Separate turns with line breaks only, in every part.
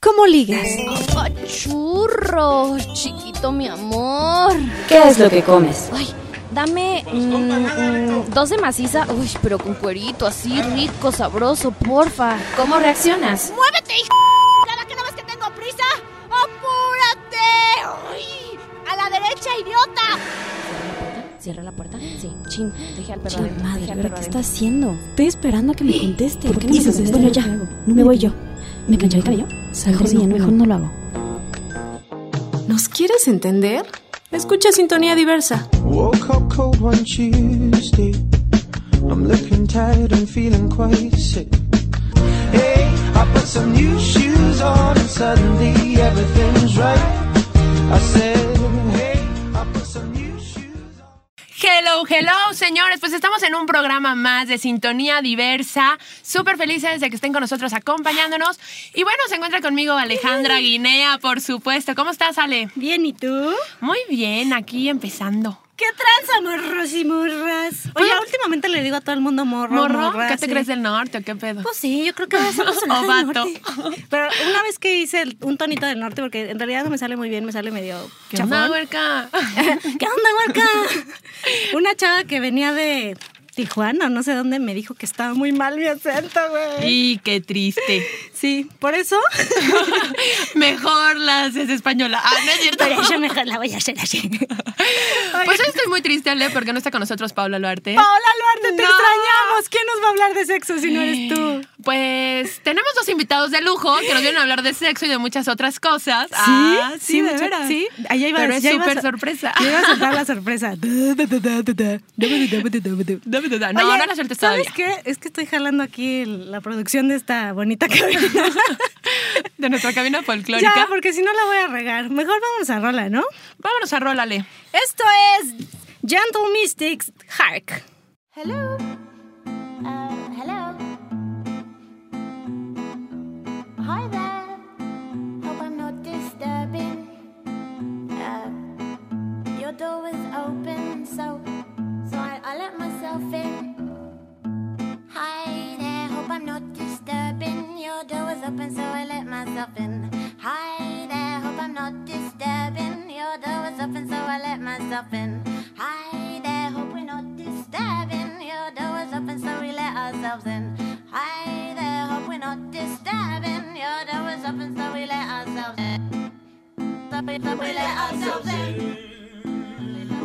¿Cómo ligas?
¡Ah, churros! Chiquito, mi amor.
¿Qué es lo que comes?
Ay, dame mm, mm, dos de maciza. Uy, pero con cuerito, así rico, sabroso, porfa.
¿Cómo reaccionas?
¡Muévete, hija! ¿Claro que no ves que tengo prisa? ¡Apúrate! ¡Uy! ¡A la derecha, idiota!
¿Cierra la puerta? Sí. Chin, dejé al perro
Chale,
adentro,
madre,
dejé al
¿verdad?
perro
¿qué está
adentro.
haciendo? Estoy esperando a que me conteste.
¿Por qué no me
dices esto?
contesta?
Bueno, ya,
¿Qué hago?
me voy yo. ¿Me cansó el cabello? Mejor
sí,
no,
no,
mejor
no.
no lo hago.
¿Nos quieres entender? Escucha Sintonía Diversa.
Woke up cold one Tuesday. I'm looking tired and feeling quite sick. Hey, I put some new shoes on and suddenly everything's right. I said, hey, I put some new shoes on.
Hello, hello, señores. Pues estamos en un programa más de sintonía diversa. Súper felices de que estén con nosotros acompañándonos. Y bueno, se encuentra conmigo Alejandra Guinea, por supuesto. ¿Cómo estás, Ale?
Bien, ¿y tú?
Muy bien, aquí empezando.
¿Qué tranza, morros y morras? Oye, últimamente le digo a todo el mundo morro,
¿Morro?
morra,
¿Qué te
sí.
crees del norte o qué pedo?
Pues sí, yo creo que va a ser
O vato.
Pero una vez que hice el- un tonito del norte, porque en realidad no me sale muy bien, me sale medio
¿Qué
chafón.
onda, huerca?
¿Qué onda, huerca? Una chava que venía de Tijuana, no sé dónde, me dijo que estaba muy mal mi acento, güey.
Y qué triste.
Sí, por eso
Mejor la haces española. Ah, no es cierto.
pero yo mejor la voy a hacer así.
Pues hoy estoy muy triste, Ale, porque no está con nosotros Paula Luarte.
Paola Luarte, te
No.
extrañamos. ¿Quién nos va a hablar de sexo si no eres tú?
Pues tenemos dos invitados de lujo que nos vienen a hablar de sexo y de muchas otras cosas.
Sí,
Ah,
sí, de
mucha-
veras.
Sí,
Ahí iba-
Pero es
ya iba a
súper
sa-
sorpresa.
Yo iba a soltar la sorpresa.
No, no, no,
Oye,
no la sueltes todavía.
¿Sabes qué? Es que estoy jalando aquí el- la producción de esta bonita cabina.
De nuestra cabina folclórica.
ya, porque si no la voy a regar. Mejor vamos a rola, ¿no?
Vámonos a rol, Ale.
Esto es Gentle Mystics Hark.
Hello. Uh, hello. Hi there. Hope I'm not disturbing. Uh, your door was open, so so I, I let myself in. Hi there. Hope I'm not disturbing. Your door was open, so I let myself in. Hi there. Hope I'm not disturbing. Your door was open, so I let myself in. Hi there. Hope we're not disturbing. Your door was open, so we let ourselves in. Hi there. Hope we're not disturbing. Your door was open, so we let ourselves in. So we, so we let ourselves in.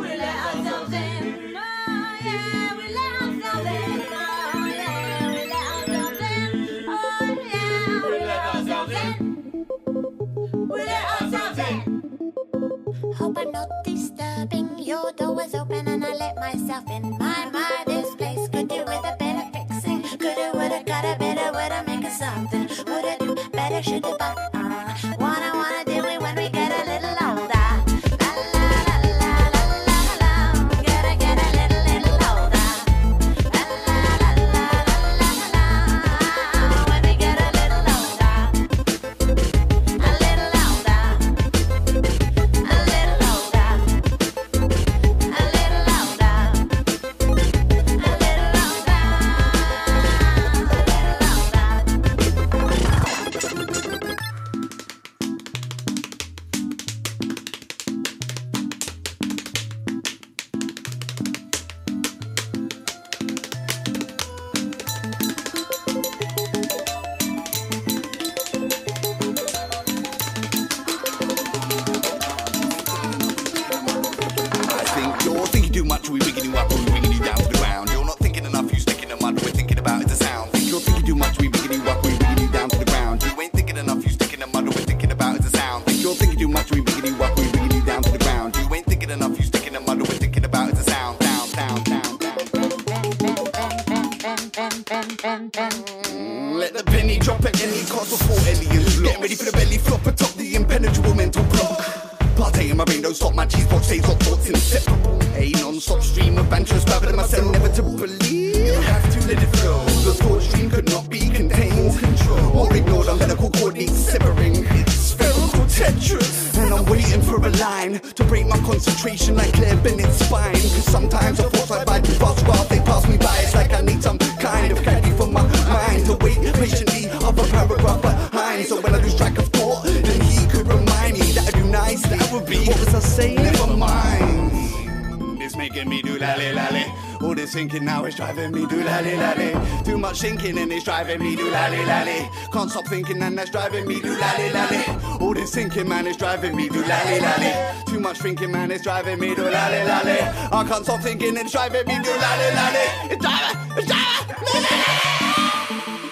We let ourselves in. Oh yeah, we let ourselves in. Oh yeah, we let ourselves in. Oh yeah, we let ourselves in. We let ourselves in. Hope I'm not disturbing. Your door was open and I let myself in. My, my, this place could do with a better fixing. Coulda, woulda, gotta, better, woulda, make it something. Woulda, do better, shoulda, but, uh, wanna, wanna do it when we get a little older. La, la, la, la, la, la, la, la. Gotta get a little, little older. La, la, la, la, la, la, la. When we get a little older. A little older. A little older, a little older, a little older, a little older.
I think you're thinking too much, we wigging you up, we wigging you down to the ground. You're not thinking enough, you sticking the mud, we're thinking about is the sound. Think you're thinking too much, we wigging you up, we wigging you down to the ground. You ain't thinking enough, you sticking the mud, we're thinking about is the sound. Think you're thinking too much, we wigging you up, we wigging you down to the ground. You ain't thinking enough, you sticking the mud, we're thinking about is the sound. Down, down, down, down. Let the penny drop at any cost before Elliot's Get ready for the belly flop atop the impenetrable mental block. Partay in my brain, don't stop my cheese box, days got thoughts inseparable. A non-stop stream of banter, spabber to myself, never to believe. You have to let it flow. The thought stream could not be contained, controlled, or ignored. I'm medical coordinates severing. It's spherical Tetris. And I'm waiting for a line to break my concentration like Claire Bennett's spine. Cause sometimes I thoughts I buy too fast while they pass me by. It's like I need some kind of candy for my mind to wait patiently up a paragraph behind. So when I lose track of thought, it would be.
What was I saying?
Never mind. It's making me do lally lally. All this thinking now is driving me do lally lally. Too much thinking and it's driving me do lally lally. Can't stop thinking and that's driving me do lally lally. All this thinking man is driving me do lally lally. Too much thinking man is driving me do lally lally. I can't stop thinking and it's driving me do lally lally. It's driving, it's driving. me lally.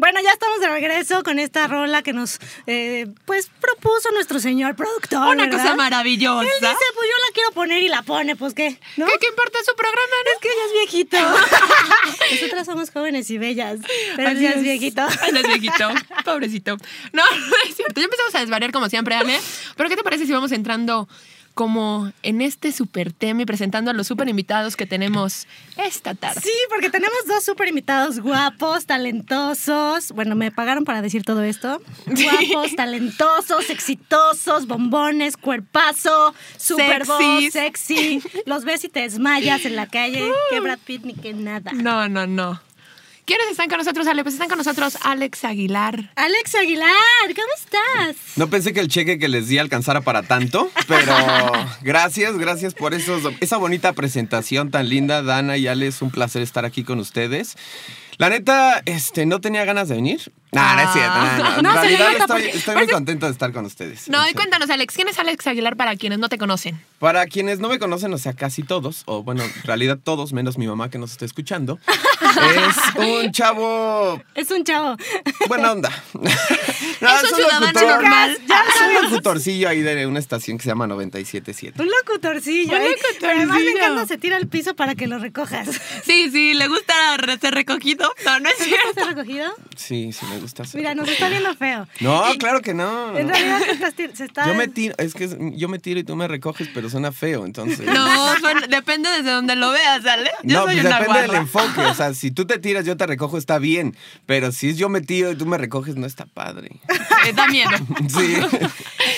Bueno, ya estamos de regreso con esta rola que nos, eh, pues, propuso nuestro señor productor.
Una
Ah, ¿verdad?
cosa
Él
maravillosa.
dice, pues yo la quiero poner y la pone, pues qué, ¿no?
¿Qué, qué importa su programa? no?
Es que ella es viejito. Nosotras somos jóvenes y bellas, pero él
Así
ya es
es.
viejito.
Ay, no es viejito. Pobrecito. No, no es cierto. Ya empezamos a desvariar como siempre, Ale. Pero ¿qué te parece si vamos entrando como en este super tema y presentando a los super invitados que tenemos esta tarde?
Sí, porque tenemos dos super invitados guapos, talentosos. Bueno, me pagaron para decir todo esto. Guapos, talentosos, exitosos, bombones, cuerpazo, super voz,
Sexys.
sexy. Los ves y te desmayas en la calle. Que Brad Pitt ni que nada.
No, no, no. ¿Quiénes están con nosotros, Ale? Pues están con nosotros Alex Aguilar.
Alex Aguilar, ¿cómo estás?
No pensé que el cheque que les di alcanzara para tanto, pero gracias, gracias por esos, esa bonita presentación tan linda, Dana y Ale, es un placer estar aquí con ustedes. La neta, este, no tenía ganas de venir. No, no es cierto. no, no.
No,
En
se le nota
realidad estoy,
porque-
estoy muy
porque-
contento de estar con ustedes.
No, y
En serio.
cuéntanos, Alex, ¿quién es Alex Aguilar para quienes no te conocen?
Para quienes no me conocen, o sea, casi todos, o bueno, en realidad todos, menos mi mamá que nos está escuchando, es un chavo
Es un chavo.
buena onda. No, Ah,
un ciudadano normal.
Ya es un locutorcillo ahí de una estación que se llama 977.
Un locutorcillo.
Un
¿eh? Pero Además me
locutorcillo.
encanta se tira al piso para que lo recojas.
Sí, sí, le gusta ser recogido. No, no es
¿Estás recogido?
Sí, sí, me gusta hacer.
Mira, nos está viendo feo.
No, claro que no.
En
no.
realidad se está tir- se está...
Yo me tiro, es que es- yo me tiro y tú me recoges, pero suena feo, entonces.
No, bueno, depende desde donde lo veas, Ale. Yo
No,
soy
pues
una
depende del
guarra.
enfoque. O sea, si tú te tiras, yo te recojo, está bien. Pero si es yo me tiro y tú me recoges, no está padre.
Eh, da miedo.
Sí.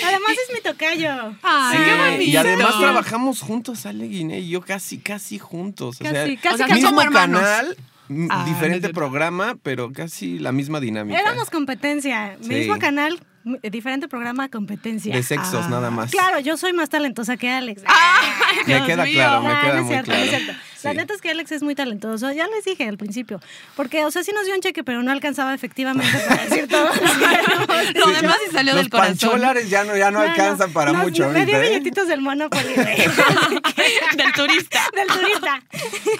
Además es mi tocayo.
Ay,
Sí,
qué bonito.
Y además trabajamos juntos, Ale Guiné y yo casi, casi juntos. o sea,
Casi, casi,
O sea, casi
mismo
como hermanos.
canal, m-
Ah, no
diferente
es
programa, pero casi la misma dinámica.
Éramos competencia.
Sí.
Mismo canal, m- diferente programa, competencia.
de sexos nada más.
Claro, yo soy más talentosa que Alex.
Ay,
Me
Ah. Dios
queda
mío.
claro, me
Ah,
queda
no es
muy
cierto,
claro.
no es cierto. La
Sí.
neta es que Alex es muy talentoso, ya les dije al principio. Porque, o sea, sí nos dio un cheque, pero no alcanzaba efectivamente para decir todo. lo que queríamos.
Lo demás sí salió
Los
del corazón.
pancholares ya no, ya no, alcanzan para
nos-
mucho
Me dio
ahorita, ¿eh?
billetitos del Monopoly. güey.
Del turista.
del turista.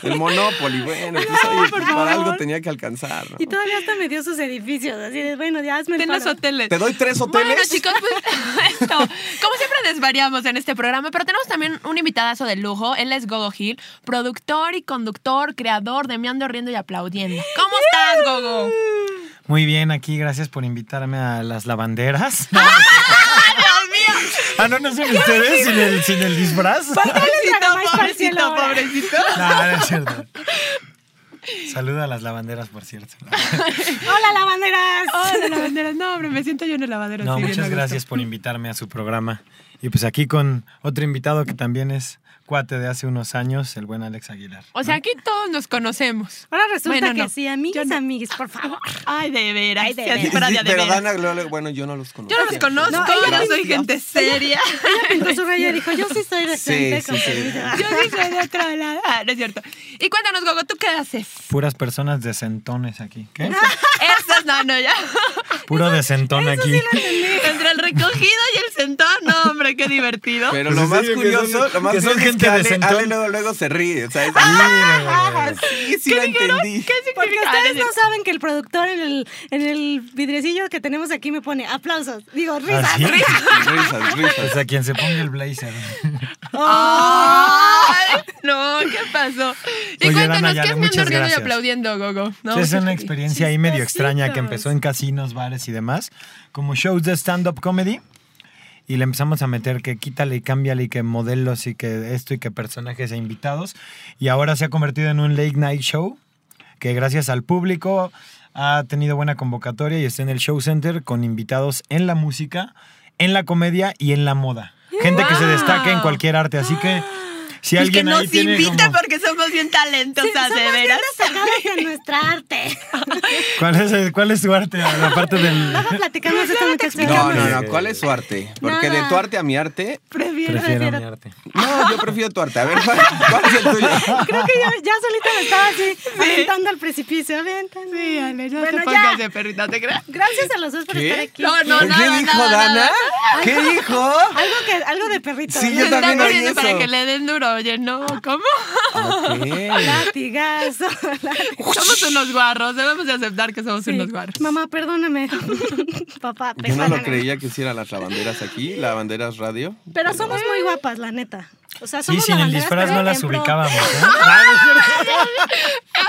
El Monopoly, bueno, pues,
No,
oye,
por
para algo
favor.
tenía que alcanzar. ¿no?
Y todavía hasta me dio sus edificios. Así de, bueno, ya hazme el
En los
paro.
hoteles.
Te doy tres hoteles.
Bueno, chicos, pues esto. Como siempre desvariamos en este programa, pero tenemos también un invitadazo de lujo. Él es Gogo Gil, productor y conductor, creador de Me Ando Riendo y Aplaudiendo. ¿Cómo estás, Gogo?
Muy bien, aquí gracias por invitarme a las lavanderas. ah, no, no son ustedes sin el, sin el disfraz.
trabajáis para el cielo
pobrecito,
ahora?
pobrecito.
no, no es cierto. Saluda a las lavanderas, por cierto.
Hola, lavanderas.
Oh, de lavanderas. No, hombre, me siento yo en el lavadero.
No,
sí, bien a
muchas
gusto.
gracias por invitarme a su programa. Y pues aquí con otro invitado que también es cuate de hace unos años, el buen Alex Aguilar.
O sea, aquí todos nos conocemos.
Ahora resulta
Bueno,
que
no.
sí, amigues, amigues, por favor.
Ay, de veras.
Ay, de
sí, así
veras.
para de a de
pero
veras.
Dana Glole, bueno, yo no los conozco.
Yo no los conozco, yo no soy
Gracias.
gente seria.
Ella pintó su raya y dijo, yo sí soy decente
Sí,
con
sí, sí.
permiso.
Yo sí soy de otro lado. Ah, no es cierto. Y cuéntanos, Gogo, ¿tú qué haces?
Puras personas decentones aquí. ¿Qué?
Esas, no, no, ya.
Puro decentón aquí.
Entre el recogido y el sentón, no, hombre, qué divertido.
Pero
Pues
lo
sí,
más
que son-
curioso, lo más
que
curioso
son
es
gente
que Ale,
decentona.
Ale luego, luego se ríe, ¿sabes?
Mira,
sí, sí la entendí.
¿Qué significa?
Porque
Ah,
ustedes
no es
no saben que el productor en el, en el vidrecillo que tenemos aquí me pone aplausos.
¿Ah,
Digo, risas.
Así.
Risas,
¿Ah, Pues
risas.
a quien se ponga el blazer.
Ay, no, ¿qué pasó? Y
Oye,
cuéntanos,
Dana, ya
¿qué
de
es mi
muchas
andorriendo y
gracias.
aplaudiendo, Gogo? No,
es
sí,
una
sí.
experiencia ahí medio extraña que empezó en casinos, bares y demás, como shows de stand-up comedy. Y le empezamos a meter que quítale y cámbiale y que modelos y que esto y que personajes e invitados. Y ahora se ha convertido en un late night show que gracias al público ha tenido buena convocatoria y está en el show center con invitados en la música, en la comedia y en la moda. Gente que se
Wow.
destaque en cualquier arte. Así que si
Y que
alguien ahí
nos
tiene
invita
como-
porque somos bien talentosas,
somos
de
bien
veras.
destacadas en nuestra arte.
¿Cuál es, ¿Cuál es tu arte? La parte del...
Luego platicamos esto mientras
No,
explicamos.
no, no, ¿cuál es su arte? Porque de tu arte a mi arte,
Prefiero,
Prefiero
prefiero.
mi arte.
no, yo prefiero tu arte. A ver, ¿cuál, cuál es el tuyo?
Creo que yo ya solita me estaba así, aventando al precipicio. Avéntame.
Bueno,
bueno,
ya.
ya.
de perrita, ¿te creas?
Gracias a los dos por
¿Qué?
estar aquí.
No, no,
¿Qué
nada,
dijo
nada,
Dana?
nada.
¿Qué dijo?
Algo, que, algo de perrito.
Sí,
¿no?
yo
Se está
también oí
corriendo para
eso.
que le den duro, oye, no, ¿cómo?
Ok.
Latigazo. latigazo.
Somos unos guarros, debemos de aceptar que somos unos guarros.
Mamá, perdóname. Papá,
Pues
Yo no
perdóname.
lo creía que hiciera las lavanderas aquí, lavanderas radio.
Pero somos muy guapas, la neta. O sea,
Sí,
somos
sin el
lavanderas,
disfraz
pero
no las
en pro.
ubicábamos. ¿eh? Ah, no es cierto.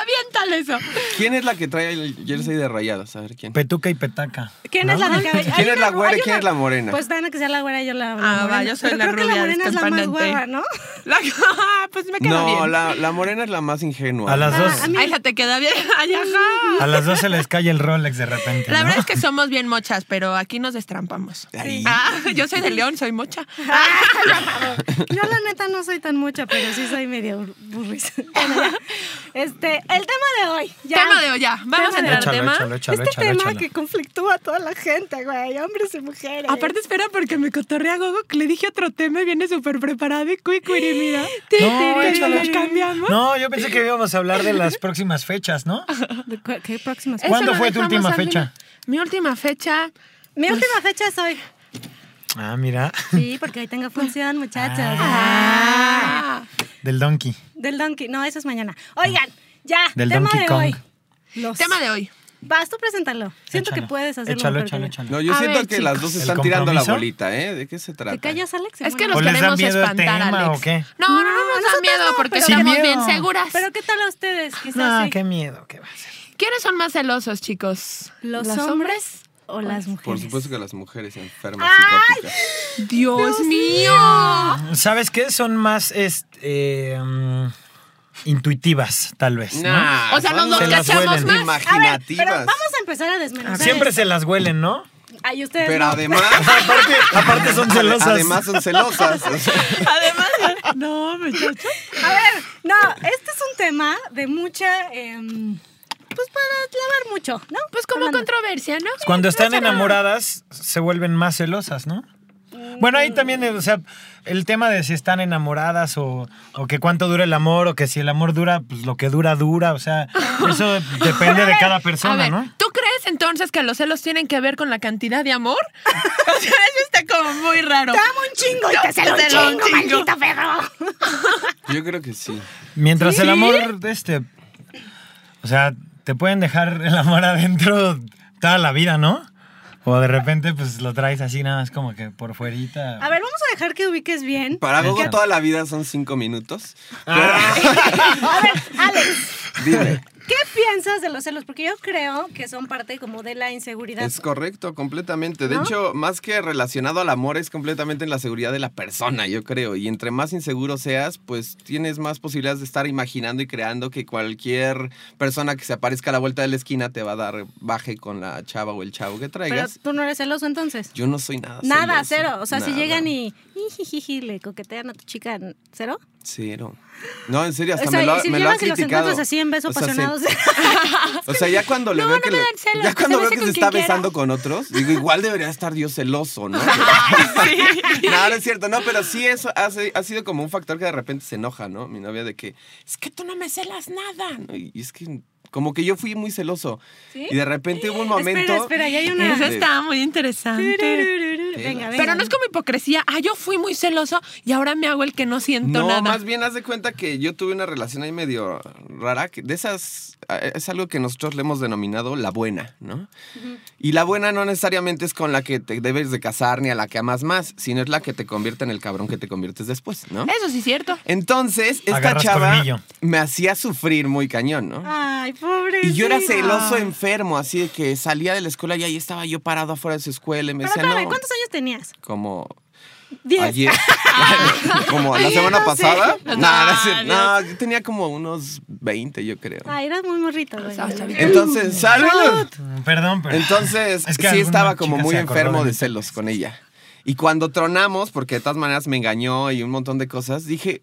Aviéntale eso.
¿Quién es la que trae el jersey de rayados? A ver, ¿quién?
Petuca y petaca.
¿Quién es la de cabello?
¿Quién
Hay
es la
una-
güera y
hay
quién
una-
es la morena?
Pues Dana que sea la güera, yo la. la
Ah, va,
morena.
yo soy
Pero
la
creo
rubia
que la morena es la más
descampanante.
guapa, ¿no?
La- pues me queda
No,
bien.
la, la morena es la más ingenua.
A las dos,
a mí-
Ay, ya te queda bien. Ay, ajá.
a las dos se les cae el Rolex de repente.
La
¿no?
verdad es que somos bien mochas, pero aquí nos destrampamos.
Ay.
Ah, yo soy de León, soy mocha.
Yo la neta no soy tan mucha, pero sí soy medio bur- burris. Bueno, ya. Este, el tema de hoy. Ya.
Tema de hoy, ya. Vamos
Tema
a
de
entrar al
Échalo,
tema.
échalo, échalo,
este
échalo,
tema
échalo.
que conflictúa a toda la gente, güey, hombres y mujeres.
Aparte, espera, porque me cotorrea Gogo que le dije otro tema y viene súper preparado y cuicuiri, mira.
No,
Que
échalo.
lo cambiamos.
No, yo pensé que íbamos a hablar de las próximas fechas, ¿no?
¿De cu- ¿Qué próximas?
Eso
¿Cuándo
lo
fue tu
dejamos
última
al
fecha?
final. Mi última fecha.
Mi última fecha es hoy.
Ah, mira,
Sí, porque hoy tengo función, muchachos.
Ah.
del Donkey.
Del Donkey. No, eso es mañana. Oigan, ya,
Del
tema
Donkey
de
Kong.
hoy. Los...
Tema de hoy.
Vas tú preséntalo. Siento
Échalo.
que puedes hacerlo.
Échalo,
mejor que yo.
échalo, échalo.
No, yo
A
siento
ver,
que las dos
chicos.
están
¿El
tirando la
compromiso?
bolita, ¿eh? ¿De qué se trata?
¿Te callas, Alex? Se
Es que
muere.
nos
¿O les da
queremos
miedo el
espantar,
tema,
Alex.
o qué?
No, no, no, nos da
nosotras
miedo
no,
porque
pero-
Sin
estamos
miedo.
bien seguras.
Pero ¿qué tal a ustedes? Quizás
No,
sí.
Ah, qué miedo, qué va a ser.
¿Quiénes son más celosos, chicos?
¿Los,
¿Los
hombres o las mujeres?
Por supuesto que las mujeres enfermas psicóticas.
Dios, mío.
¿Sabes qué? Son más este, eh, mm, intuitivas, tal vez. ¿no?
Nah,
O sea, nos
son
los
de las
cachamos
buenas,
más.
A ver, pero
Imaginativas.
vamos a empezar a desmenuzar.
Siempre se las huelen, ¿no?
Ay, ustedes
Pero
no.
además.
Aparte, aparte son celosas.
Además son celosas. o sea.
Además, no, muchachos.
A ver, no, este es un tema de mucha... em, pues para lavar mucho, ¿no?
Pues como
Fernando.
controversia, ¿no?
Cuando están enamoradas, se vuelven más celosas, ¿no? Bueno, ahí también, o sea, el tema de si están enamoradas o, o que cuánto dura el amor o que si el amor dura, pues lo que dura, dura. O sea, eso depende de cada
A
persona,
ver,
¿no?
¿tú crees entonces que los celos tienen que ver con la cantidad de amor? o sea, eso está como muy raro.
Te amo un chingo y te celo un
Te celo un
chingo,
chingo.
maldito perro.
Yo creo que sí.
Mientras el amor, este, o sea, te pueden dejar el amor adentro toda la vida, ¿no? O de repente, pues lo traes así nada más como que por fuerita.
A ver, vamos a dejar que ubiques bien.
Para
Échalo.
Gogo toda la vida son cinco minutos.
Ah,
Alex,
Dime.
¿Qué piensas de los celos? Porque yo creo que son parte como de la inseguridad.
Es correcto, completamente. De hecho, más que relacionado al amor, es completamente en la seguridad de la persona, yo creo. Y entre más inseguro seas, pues tienes más posibilidades de estar imaginando y creando que cualquier persona que se aparezca a la vuelta de la esquina te va a dar baje con la chava o el chavo que
Pero
traigas.
tú no eres celoso entonces.
yo no soy nada.
Nada,
celoso.
cero. O sea, si
Nada.
llegan y jijijiji, le coquetean a tu chica, ¿cero?
Cero. No, en serio, hasta
o sea,
me lo,
y si
me lo han
llegas y los
criticado.
encuentras así en beso
O sea, se-
apasionados.
O sea, ya cuando le
No,
veo
no
que,
me
le-
dan celos,
ya
que
cuando
se
veo
bese
que se
con
está
quien quiera.
besando con otros, digo, igual debería estar Dios celoso, ¿no? No, no es cierto, no, pero sí eso hace- ha sido como un factor que de repente se enoja, ¿no? Mi novia de que, es que tú no me celas nada. ¿no? Y, y es que como que yo fui muy celoso. Y de repente hubo un momento...
espera, ya hay una-
Eso
de-
está muy interesante.
venga, venga.
Pero no es como hipocresía. Ah, yo fui muy celoso y ahora me hago el que no siento
No,
nada.
más bien haz de cuenta que yo tuve una relación ahí medio rara, que de esas eh, es algo que nosotros le hemos denominado la buena, ¿no? Y la buena no necesariamente es con la que te debes de casar ni a la que amas más, sino es la que te convierte en el cabrón que te conviertes después, ¿no?
Eh.
Eso sí es cierto.
Entonces, esta
Agarras
chava
colmillo.
me hacía sufrir muy cañón, ¿no?
Ay, pobre.
Y yo era celoso enfermo, así de que salía de la escuela y ahí estaba yo parado afuera de su escuela y me
Pero
decía,
espérame,
no,
¿cuántos años tenías?
como
Diez.
Ayer. como la
Ayer,
semana
no sé.
pasada. No, no, es
Ah,
cierto.
Dios.
No, yo tenía como unos 20, yo creo.
Ay, Ah, eras muy morrito, güey.
Entonces, ¡salud!
Mm, Perdón, pero.
Entonces,
Es que
sí
alguna
estaba como
chica
muy
se acordó
enfermo
de
de
mí.
celos con ella. Y cuando tronamos, porque de todas maneras me engañó y un montón de cosas, dije,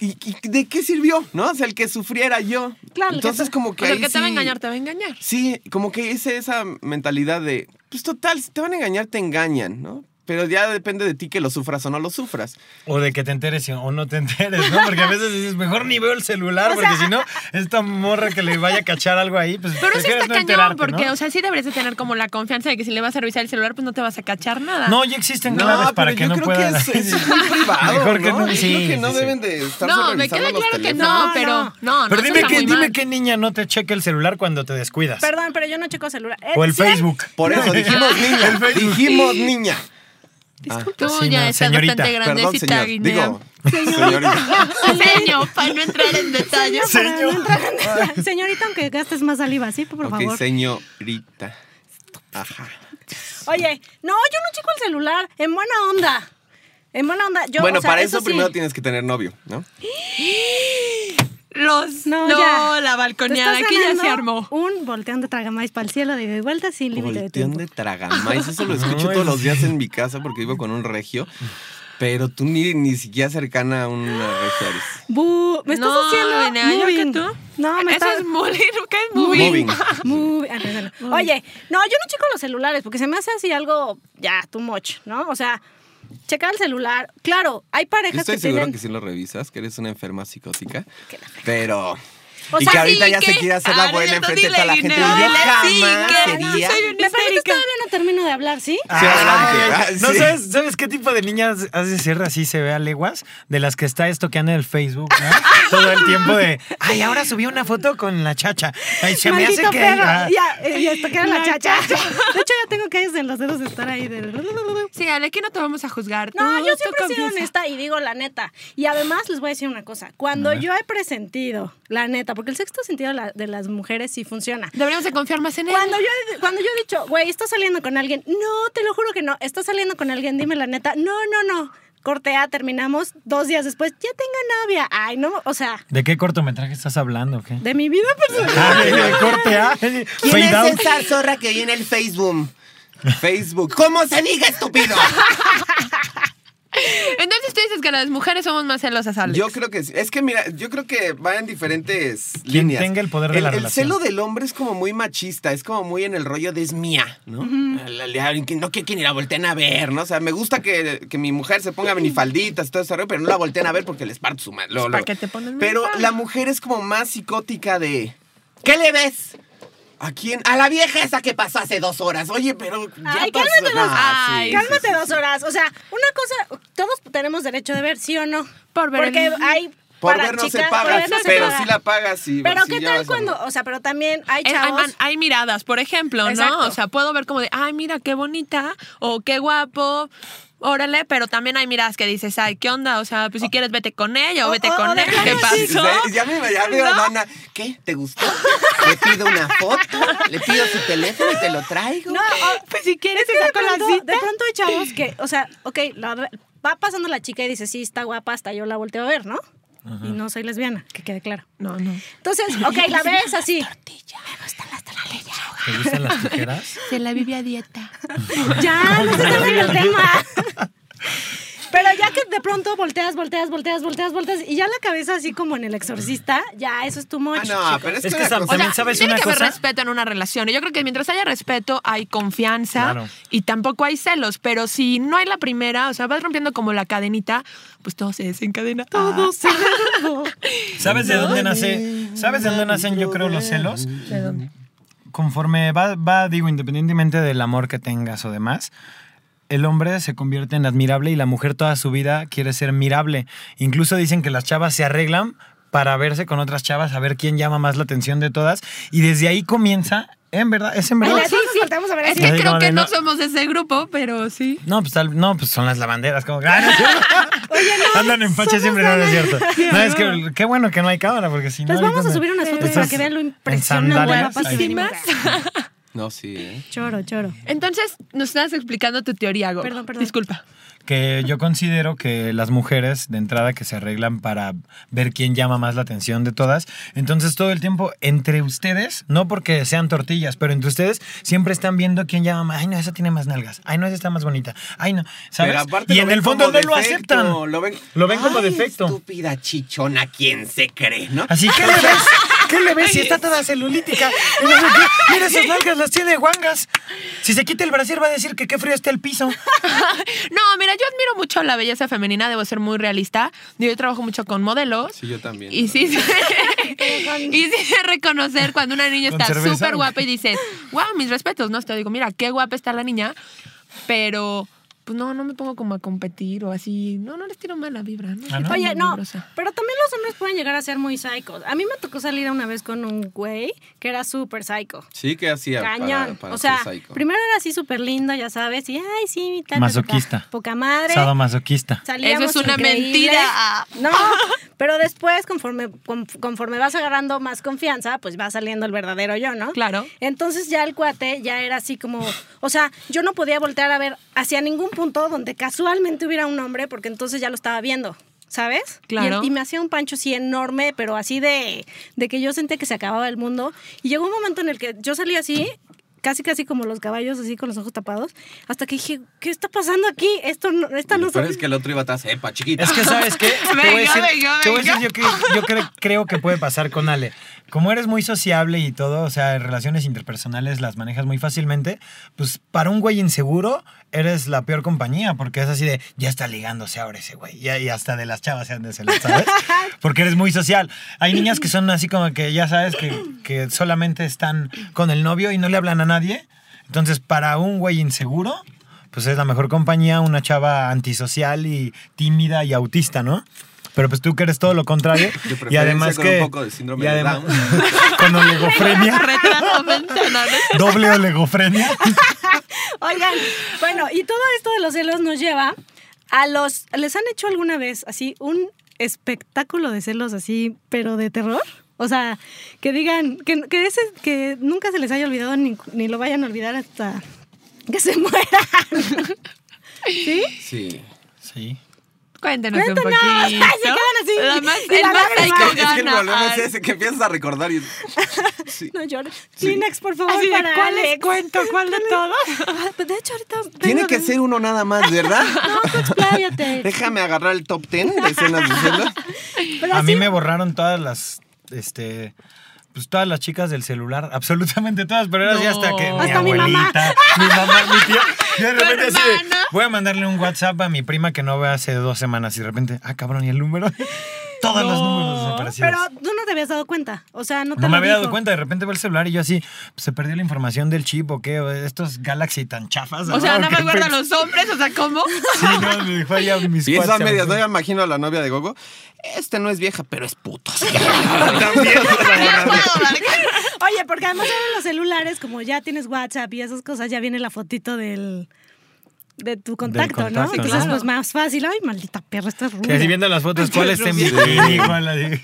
¿y, y de qué sirvió? ¿No? O sea, el que sufriera yo.
Claro, el que
Entonces,
te-
como
O
que.
sea, el
ahí
que te va a
sí-
engañar, te va a engañar.
Sí, como que hice esa mentalidad de, pues total, si te van a engañar, te engañan, ¿no? Pero ya depende de ti que lo sufras o no lo sufras.
O de que te enteres o no te enteres, ¿no? Porque a veces dices, mejor ni veo el celular, porque si no, esta morra que le vaya a cachar algo ahí, pues
Pero eso
prefieres
está
no
cañón,
enterarte,
porque,
¿no?
o sea, sí deberías de tener como la confianza de que si le vas a revisar el celular, pues no te vas a cachar nada.
No, ya existen
No,
claves
pero
para que
yo
no
creo
puedan.
que es, es muy privado,
Mejor
¿no?
que no.
Yo
Sí,
creo que no
sí, sí.
deben de estar
No, me queda claro que no, pero. No, no,
Pero
eso
dime,
está
que,
muy
dime
mal.
qué niña no te checa el celular cuando te descuidas.
Perdón, pero yo no checo celular. Eh,
o el
sí hay-
Facebook.
Por eso dijimos niña, dijimos niña.
Tú
Sí,
ya
no,
estás
señorita.
bastante
Perdón,
grandecita,
señor.
Guinea.
Digo, señorita.
Señor, para no entrar en detalles.
Señor.
Señorita, aunque gastes más saliva, sí, por
Ok,
favor.
señorita. Ajá.
Oye, no, yo no checo el celular. En buena onda. En buena onda. Yo,
bueno,
o sea,
para eso,
sí.
primero tienes que tener novio, ¿no?
Los.
No,
No,
ya.
la balconeada.
Te
Aquí
estás
ya se
ganando
armó.
Un volteón de tragamais para el cielo de ida y vuelta sin límite de
Volteón
tiempo.
de tragamais. Eso lo escucho
Ay,
todos los
sí.
días en mi casa porque vivo con un regio. Pero tú ni, ni siquiera cercana a una regia eres.
Bu- me estás
No,
haciendo
Benea, ¿yo
moving.
qué tú?
No, me
Eso
estás
es moving. ¿Qué es moving?
Moving.
Muy- ah, no, no, no. Oye, no, yo no checo los celulares porque se me hace así algo ya too much, ¿no? O sea, checar el celular. Claro, hay parejas
Yo estoy
que
seguro
tienen.
que sí lo revisas, que eres una enferma psicótica. Pero.
O
y
sea,
que ahorita
sí,
ya
que-
se quiere hacer la
Ah,
buena
no,
enfrente de
dile,
toda la gente.
Guinea,
Y yo
dile, sí,
jamás
que-
quería.
Soy una
Me parece que
histérica.
todavía no termino de hablar, ¿sí?
Sí, adelante.
Ay,
Ah,
No
sí.
sabes, ¿sabes qué tipo de niñas hace cierre así se ve a leguas? De las que está estoqueando el Facebook, ¿no? Todo el tiempo de, ay, ahora subí una foto con la chacha. Ay, se me hace
Maldito
que.
perro.
ah".
Ya, eh, ya tocaron la chacha. De hecho, ya tengo calles en los dedos de estar ahí. del-
Sí, Ale, aquí no te vamos a juzgar.
No,
Tú-
yo
tú
siempre he sido
confiesa.
honesta y digo la neta. Y además les voy a decir una cosa. Cuando yo he presentido, la neta, porque el sexto sentido de la- de las mujeres sí funciona.
Deberíamos de confiar más en él.
Cuando yo, cuando yo he dicho, güey, ¿estás saliendo con alguien? No, te lo juro que no. ¿Estás saliendo con alguien? Dime la neta. No, no, no. Cortea, terminamos. Dos días después, ya tengo novia. Ay, no, o sea,
¿De qué cortometraje estás hablando? o ¿Qué?
de mi vida pues, personal.
Ah, de corte A. ¿Quién
esa zorra que viene en el Facebook? Facebook. ¿Cómo se diga, estúpido?
Entonces tú dices que las mujeres somos más celosas, Ale.
Yo creo que sí. Es que mira, yo creo que va en diferentes
Quien
líneas.
tenga el poder de la relación.
celo del hombre es como muy machista, es como muy en el rollo de es mía, ¿no? La- la- la- que No que que ni la volteen a ver, ¿no? O sea, me gusta que, que mi mujer se ponga minifalditas y todo ese rollo, pero no la volteen a ver porque les parto su madre. luego,
¿Para
Pues,
luego.
qué te pones
Pero
minifalda?
la mujer es como más psicótica de. ¿Qué le ves? ¿A quién? A la vieja esa que pasó hace dos horas. Oye, pero. ya
Ay,
pasó.
cálmate dos-
Ah, sí, sí,
Cálmate
sí,
dos horas. O sea, una cosa, todos tenemos derecho de ver, ¿sí o no?
Por ver
Porque
el-
hay.
Por
para
ver no se
chicas- por
paga,
ver no se
pero
paga.
sí la pagas y
Pero
sí
¿qué
ya
tal
vas a-
cuando? O sea, pero también hay
Es- Eh, hay,
chavos.
man- hay miradas, por ejemplo,
Exacto.
¿no? O sea, puedo ver como de, ay, mira, qué bonita, o qué guapo, órale, pero también hay miradas que dices, ay, ¿qué onda? O sea, pues si quieres vete con ella o vete
o- o
con él,
déjalo
¿qué
así,
pasó?
Ya me, ya veo,
¿No?
Dana. ¿Qué? ¿Te gustó? Le pido una foto, le pido su teléfono y te lo traigo.
No, o-
Pues si quieres
es que de
está con la
pronto,
cita.
de pronto hay chavos que, o sea, ok, la- va pasando la chica y dice, sí, está guapa, hasta yo la volteo a ver, ¿no? Y no soy lesbiana, que quede claro.
No, no.
Entonces, ok, la ves así.
¿Te gustan las tijeras?
Se la vive a dieta.
Ya, no se salgan del tema. Pero ya que de pronto volteas, volteas, volteas, volteas, volteas, y ya la cabeza así como en el exorcista, ya eso es tu much.
Ah, no, pero es,
Es
que
que
una
Sam-
cosa-
También sabes
tiene
una
que
cosa.
haber respeto en una relación. Y yo creo que mientras haya respeto, hay confianza
Claro.
y tampoco hay celos. Pero si no hay la primera, o sea, vas rompiendo como la cadenita, pues todo se desencadena. Todos.
¿Sabes de dónde nace? ¿Sabes de dónde nacen, yo creo, los celos? ¿De dónde? Conforme va, va, digo, independientemente del amor que tengas o demás, el hombre se convierte en admirable y la mujer toda su vida quiere ser mirable. Incluso dicen que las chavas se arreglan para verse con otras chavas, a ver quién llama más la atención de todas. Y desde ahí comienza, en verdad, es en verdad.
volteamos a ver
Es
así.
Así
que creo
como de
que no
no-
somos de ese grupo, pero sí.
No, pues tal, no, pues son las lavanderas, como Andan en facha siempre, no, no es cierto. No, es que qué bueno que no hay cámara, porque si no.
Les Pues vamos
ahorita
a
me-
subir unas fotos para
Estás
que vean lo
en
impresionante.
sandalias,
guapas que
ahí.
venimos.
No, sí, ¿eh?
Choro, choro.
Entonces, nos estás explicando tu teoría, Go.
Perdón, perdón.
Disculpa.
Que yo considero que las mujeres de entrada que se arreglan para ver quién llama más la atención de todas. Entonces todo el tiempo entre ustedes, no porque sean tortillas, pero entre ustedes siempre están viendo quién llama más. Ay, no, esa tiene más nalgas. Ay, no, esa está más bonita. Ay, no. ¿Sabes?
Pero aparte
y
lo
en
ven
el fondo no
como
lo
defecto,
aceptan.
Lo ven,
Lo ven como
Ay,
defecto.
Estúpida chichona, ¿quién se cree, no?
Así que le ves, ¿qué le ves si está toda celulítica? Y no sé qué. Mira esas nalgas, las tiene de guangas. Si se quita el brasier va a decir que qué frío está el piso.
No, mira, yo admiro mucho la belleza femenina, debo ser muy realista. Yo trabajo mucho con modelos.
Sí, yo también.
Y sí, y sí de reconocer cuando una niña
¿Con
está
cerveza o
súper
qué?
guapa y dices, wow, mis respetos, ¿no? Te digo, mira, qué guapa está la niña, pero pues no, no me pongo como a competir o así. No, no les tiro mala vibra. No,
Ah, ¿no?
Soy
Oye,
muy
no,
vibrosa.
pero también los hombres pueden llegar a ser muy psicos. A mí me tocó salir una vez con un güey que era súper psycho.
Sí, que hacía para-
Cañón.
para
o sea,
ser psycho?
primero era así súper lindo, ya sabes, y ay, sí, mi tal. ta, ta, ta.
Masoquista.
Poca madre.
Sadomasoquista.
Salíamos
Eso es una
increíbles.
mentira. ah.
No, pero después, conforme, con- conforme vas agarrando más confianza, pues va saliendo el verdadero yo, ¿no?
Claro.
Entonces ya el cuate ya era así como, o sea, yo no podía voltear a ver hacia ningún punto donde casualmente hubiera un hombre, porque entonces ya lo estaba viendo. ¿Sabes? Y
Claro.
el- Y, me hacía un pancho así enorme, pero así de, de que yo sentía que se acababa el mundo. Y llegó un momento en el que yo salí así, casi casi como los caballos, así con los ojos tapados, hasta que dije, ¿qué está pasando aquí? Esto no, esta
Lo
no
peor
soy-
es que el otro iba atrás, epa, chiquita.
Es que, ¿sabes qué? Te voy a
Venga,
decir-
venga,
te voy a decir
venga.
yo, que- yo cre- creo que puede pasar con Ale. Como eres muy sociable y todo, o sea, en relaciones interpersonales las manejas muy fácilmente, pues para un güey inseguro eres la peor compañía, porque es así de, ya está ligándose ahora ese güey, ya- y, hasta de las chavas se han de celar, ¿sabes? Porque eres muy social. Hay niñas que son así como que, ya sabes, que, que solamente están con el novio y no le hablan a nadie. Entonces, para un güey inseguro, pues es la mejor compañía, una chava antisocial y tímida y autista, ¿no? Pero pues tú que eres todo lo contrario.
De preferencia
y además
con
que.
un poco de síndrome
y
de
además-
Down.
Con oligofrenia.
Retraso mental, ¿no?
doble oligofrenia.
Oigan, bueno, y todo esto de los celos nos lleva a los... ¿Les han hecho alguna vez así un espectáculo de celos así, pero de terror? O sea, que digan, que, que, ese, que nunca se les haya olvidado ni, ni lo vayan a olvidar hasta que se mueran. ¿Sí?
Sí.
Sí.
Cuéntanos,
Cuéntanos.
un poquito.
Ay, se quedan así.
La más,
Y
el
la
más
lágrima.
psycho
Es que el
gana.
problema es
Ay.
ese, que empiezas a recordar y... Sí.
No llores. Kleenex, por favor,
Así de,
para
¿cuál les
Alex.
cuento? ¿Cuál de
todos? de hecho, ahorita...
Tiene
vengo
que
de-
ser uno nada más, ¿verdad?
No, tú expláyate.
Déjame agarrar el top ten de escenas de celos.
Pero
A
así
mí me borraron todas las. Este. Pues todas las chicas del celular, absolutamente todas, pero era así
No.
hasta que mi
Hasta mi mamá.
abuelita, mi mamá, mi tía. Yo de
Tu
repente así de,
hermana.
voy a mandarle un WhatsApp a mi prima que no ve hace dos semanas y de repente, ah, cabrón, ¿y el número? Todos los números desaparecidos.
Pero tú no te habías dado cuenta. O sea, no te
No
lo
me había dado
dijo.
cuenta, de repente veo el celular y yo así, pues, se perdió la información del chip o qué, o estos Galaxy tan chafas.
O sea,
¿no?
nada más
¿Qué
guarda a
pe-
los hombres, o sea, ¿cómo?
Sí, no, me dijo allá mis
Y eso a
cuates,
medias, no
¿no?
me imagino a la novia de Gogo. Este no es vieja, pero es puto.
Oye, porque además ahora en los celulares, como ya tienes WhatsApp y esas cosas, ya viene la fotito del. de tu contacto, ¿no?
contacto,
Entonces,
¿no?
pues más fácil. Ay, maldita perra, esta es
Que si
rubia.
viendo las fotos, ¿cuál es mi
Sí.
igual así.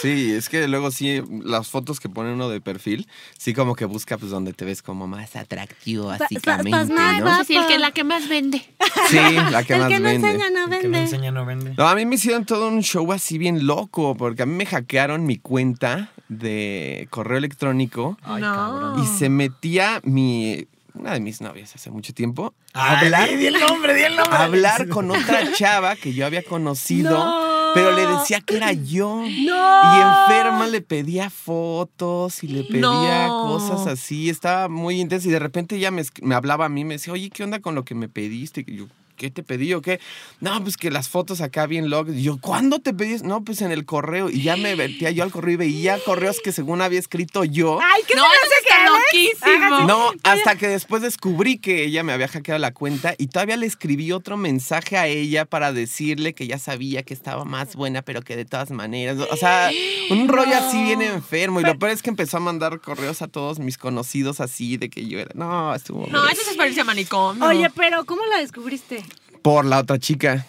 Sí, es que luego sí, las fotos que pone uno de perfil, sí como que busca pues donde te ves como más atractivo,
Pa- pa-
básicamente,
pasmada.
¿no?
Sí, el que la que más vende.
Sí, la que
El
más
que no
vende.
enseña no
El Que no
vende.
enseña no vende.
No, a mí me hicieron todo un show así bien loco, porque a mí me hackearon mi cuenta de correo electrónico
Ay,
No.
cabrón.
y se metía mi una de mis novias hace mucho tiempo a
Hablar.
hablar
Di el nombre, di el nombre.
hablar con otra chava que yo había conocido, pero le decía que era yo. Y enferma le pedía fotos y le pedía
No.
cosas así. Estaba muy intensa y de repente ella me, esc- me hablaba a mí, me decía, oye, ¿qué onda con lo que me pediste? Y yo, ¿qué te pedí o qué? No, pues que las fotos acá bien locas. Y yo, ¿cuándo te pedí? eso?". No, pues en el correo. Y ya me vertía yo al correo y veía correos que según había escrito yo.
Ay, ¿qué ¿eh?
No,
se me
eso
hace que
está
Alex?
loquísimo.
No, hasta que después descubrí que ella me había hackeado la cuenta y todavía le escribí otro mensaje a ella para decirle que ya sabía que estaba más buena, pero que de todas maneras, o sea, un rollo así bien enfermo. Y lo peor es que empezó a mandar correos a todos mis conocidos así de que yo era, no, estuvo
No,
horrible".
eso es experiencia manicomio.
Oye, pero ¿cómo la descubriste?
por la otra chica.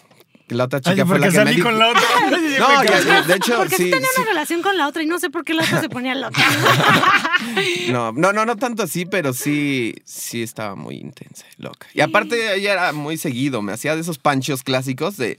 La otra
Ay,
chica fue la
porque
que me
salí
dijo-
con la otra.
No,
Me
ya,
cansé.
ya, de hecho,
Porque
sí,
sí tenía
sí.
una relación con la otra y no sé por qué la otra se ponía loca.
No, no, no, no tanto así, pero sí, sí estaba muy intensa, y loca. Y aparte ella era muy seguido, me hacía de esos panchos clásicos de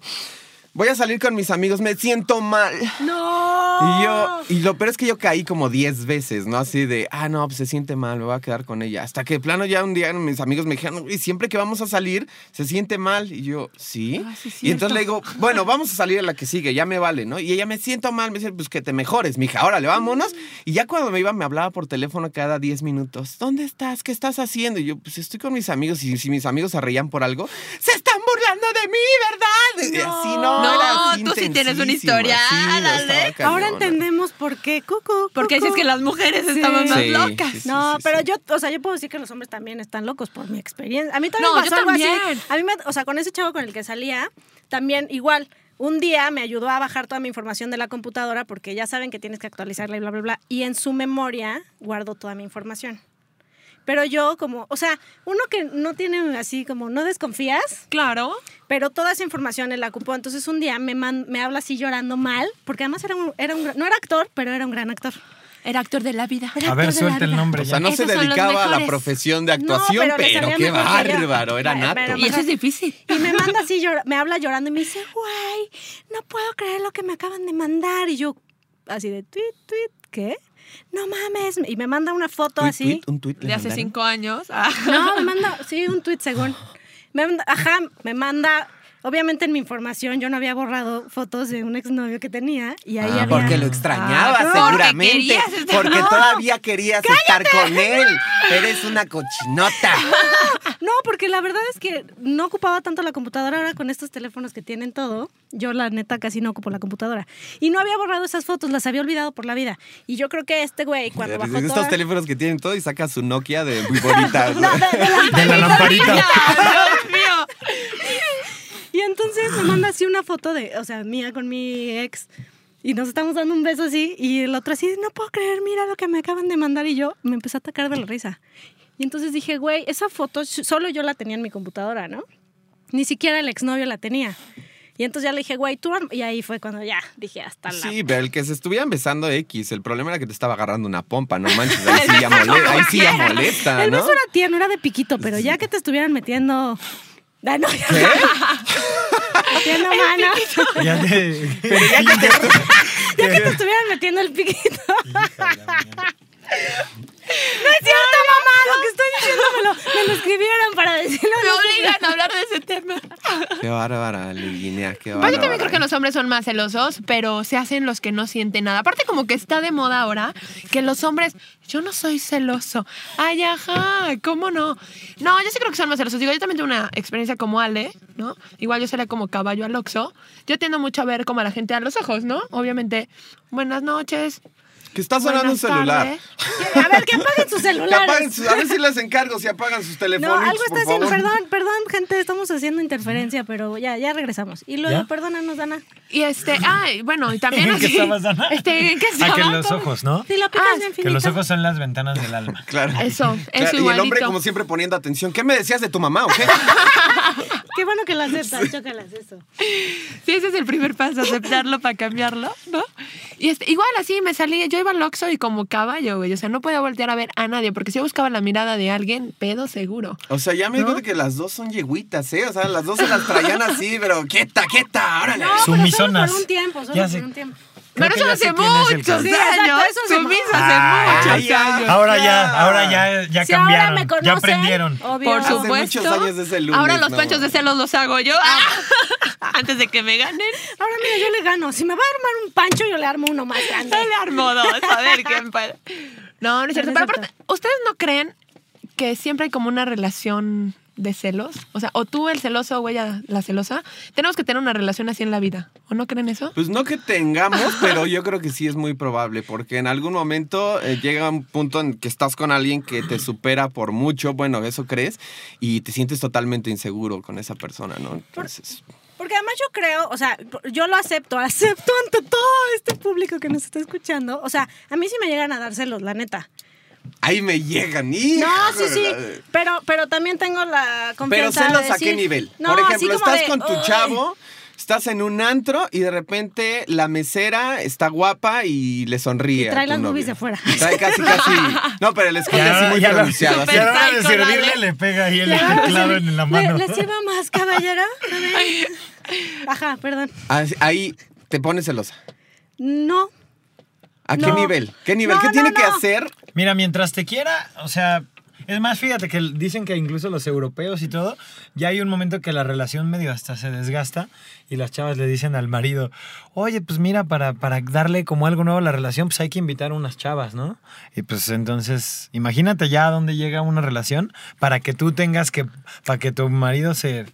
voy a salir con mis amigos, me siento mal.
¡No!
Y yo, y lo peor es que yo caí como 10 veces, ¿no? Así de, ah, no, pues se siente mal, me voy a quedar con ella. Hasta que de plano ya un día mis amigos me dijeron, y siempre que vamos a salir, se siente mal. Y yo, ¿sí?
Ah, sí,
y entonces le digo, bueno, vamos a salir a la que sigue, ya me vale, ¿no? Y ella, me siento mal, me dice, pues que te mejores, mija, órale, vámonos. Y ya cuando me iba, me hablaba por teléfono cada 10 minutos, ¿dónde estás? ¿Qué estás haciendo? Y yo, pues estoy con mis amigos. Y si mis amigos se reían por algo, se están burlando de mí, ¿verdad? Y así, no,
No,
era así
tú sí tienes un
intensísimo,
historial,
así, no, estaba
Alex.
Ahora
cañón. ¿eh?
entendemos por qué, cucu.
Porque
cucu.
dices que las mujeres estaban más
Sí,
locas.
sí, sí,
No,
sí,
pero
sí.
yo, o sea, yo puedo decir que los hombres también están locos por mi experiencia. A mí también
No,
me
yo
pasó algo así.
también.
A mí me, o sea, con ese chavo con el que salía, también igual. Un día me ayudó a bajar toda mi información de la computadora porque ya saben que tienes que actualizarla y bla, bla, bla. Y en su memoria guardo toda mi información. Pero yo como, o sea, uno que no tiene así como, no desconfías,
Claro.
pero toda esa información él la ocupó. Entonces un día me, man- me habla así llorando mal, porque además era un, era un gran- no era actor, pero era un gran actor.
Era actor de la vida.
A ver, suelta el nombre.
O sea,
ya.
no se
Esos son los
dedicaba a la
mejores.
profesión de
No,
actuación,
pero le
pero,
salía
qué
mejor que yo.
bárbaro, era
Bueno,
nato.
pero-
Y eso es difícil.
Y me manda así, llora- me habla llorando y me dice, güey, no puedo creer lo que me acaban de mandar. Y yo, así de tweet, tweet, ¿qué? No mames. Y me manda una foto
Tuit,
así.
tuit, un tuit le
De hace
mandaron.
cinco años. Ah.
No, me manda, sí, un tweet según. Me manda- ajá, me manda. Obviamente en mi información yo no había borrado fotos de un exnovio que tenía y ahí
Ah,
había.
porque lo extrañaba
Ah, porque
seguramente,
querías estar-
porque
No.
todavía querías estar con él. Eres una cochinota.
No, porque la verdad es que no ocupaba tanto la computadora ahora con estos teléfonos que tienen todo. Yo la neta casi no ocupo la computadora. Y no había borrado esas fotos, las había olvidado por la vida. Y yo creo que este güey cuando bajó
pues, Estos
toda-
teléfonos que tienen todo y saca su Nokia de muy bonita.
No, de- de la-
De la lamparita.
Dios mío.
Y entonces me manda así una foto de, o sea, mía con mi ex. Y nos estamos dando un beso así. Y el otro así, no puedo creer, mira lo que me acaban de mandar. Y yo me empecé a atacar de la risa. Y entonces dije, güey, esa foto s- solo yo la tenía en mi computadora, ¿no? Ni siquiera el exnovio la tenía. Y entonces ya le dije, güey, tú... arm-". Y ahí fue cuando ya dije, hasta la...
Sí, pero el que se estuvieran besando X, el problema era que te estaba agarrando una pompa, no manches, ahí sí ya molesta, ahí sí ya molesta,
el
¿no?
beso era tierno, era de piquito, pero ya que te estuvieran metiendo... Ah, no, ya. Metiendo mano.
Ya te.
Ya que te estuvieran metiendo el piquito. No es cierto, mamá, lo que estoy diciendo me lo, me lo escribieron para decirlo.
Me obligan a hablar de ese tema.
Qué bárbara, Liguinea, qué
Pues
bárbara.
yo también creo que los hombres son más celosos, pero se hacen los que no sienten nada. Aparte, como que está de moda ahora que los hombres, yo no soy celoso. Ay, ajá, ¿cómo no? No, yo sí creo que son más celosos. Digo, yo también tengo una experiencia como Ale, ¿no? Igual yo salía como caballo al oxo. Yo tiendo mucho a ver como a la gente a los ojos, ¿no? Obviamente, buenas noches.
Que está sonando un
Buenas
celular.
tardes.
A ver, que apaguen sus
Que apaguen
celulares.
sus- a ver si les encargo, si apagan sus
No,
teléfonos.
algo
por
está haciendo.
favor.
Perdón, perdón, gente, estamos haciendo interferencia, pero ya, ya regresamos. Y luego,
¿Ya?
perdónanos, Dana.
Y este, ay, bueno, y también
¿En qué
así.
estabas, Dana?
Este, ¿en qué
Ah, que
estaba?
los ojos, ¿no?
Si lo picas
Ah,
de
Que los
infinito.
ojos son las ventanas del alma.
Claro.
Eso, eso
Claro, Y el hombre,
igualito.
como siempre, poniendo atención. ¿Qué me decías de tu mamá o qué?
Qué bueno que lo aceptas, chócalas eso.
Sí, ese es el primer paso, aceptarlo para cambiarlo, ¿no? Y este, igual así me salí, yo iba al Oxxo y como caballo, güey. O sea, no podía voltear a ver a nadie, porque si yo buscaba la mirada de alguien, pedo seguro.
O sea, ya me di cuenta que las dos son yegüitas, ¿eh? O sea, las dos se las traían así, pero quieta, quieta, órale.
Sumisonas.
por un tiempo, solo
Ya
por
sé.
un tiempo.
Creo
Pero
que
eso
ya
hace
sé quién es el
muchos
que-
Sí, exacto,
años.
eso hace
Tú
mu-
misma
Ah,
hace muchos
ya.
años.
Ahora ya, ahora ya, ya
Si ahora
cambiaron.
me conocen,
ya aprendieron.
obvio. Ah,
Por
Hace muchos
supuesto.
años de ese lunes,
Ahora los
no.
panchos de celos los hago yo.
Ah.
Antes de que me ganen.
Ahora mira, yo le gano. Si me va a armar un pancho, yo le armo uno más grande.
Yo le armo dos, a ver quién puede. No, no es cierto. Pero
No, no es cierto.
aparte, ¿ustedes no creen que siempre hay como una relación de celos? O sea, o tú el celoso o ella la celosa. Tenemos que tener una relación así en la vida. ¿O no creen eso?
Pues no que tengamos, pero yo creo que sí es muy probable, porque en algún momento eh, llega un punto en que estás con alguien que te supera por mucho, bueno, eso crees, y te sientes totalmente inseguro con esa persona, ¿no? Entonces,
Porque además yo creo, o sea, yo lo acepto, acepto ante todo este público que nos está escuchando. O sea, a mí sí me llegan a dar celos, la neta.
ahí me llegan, y
No, sí, sí. Pero, pero también tengo la
Pero
confianza.
celos
de
a qué
decir-
nivel.
No,
Por
así
ejemplo,
como
estás
de,
con tu
"Ay".
chavo, estás en un antro y de repente la mesera está guapa y le sonríe.
Y
a
trae
tu
las
novio.
boobies de fuera.
Trae casi, casi. No, pero el escote así muy
ya lo-
pronunciado. así.
ya lo
Súper
de
psycho, dale.
servirle le pega ahí el
Le va a
clavo
decir,
en la
"Le-
mano.
¿Le sirvo más, caballero? A ver. Ajá, perdón.
Así- Ahí te pones celosa.
No,
¿A qué
No.
nivel? ¿Qué nivel?
No,
¿Qué
no,
tiene que
no.
hacer?
Mira, mientras te quiera, o sea, es más, fíjate que dicen que incluso los europeos y todo, ya hay un momento que la relación medio hasta se desgasta y las chavas le dicen al marido, oye, pues mira, para, para darle como algo nuevo a la relación, pues hay que invitar unas chavas, ¿no? Y pues entonces, imagínate ya a dónde llega una relación para que tú tengas que, para que tu marido se,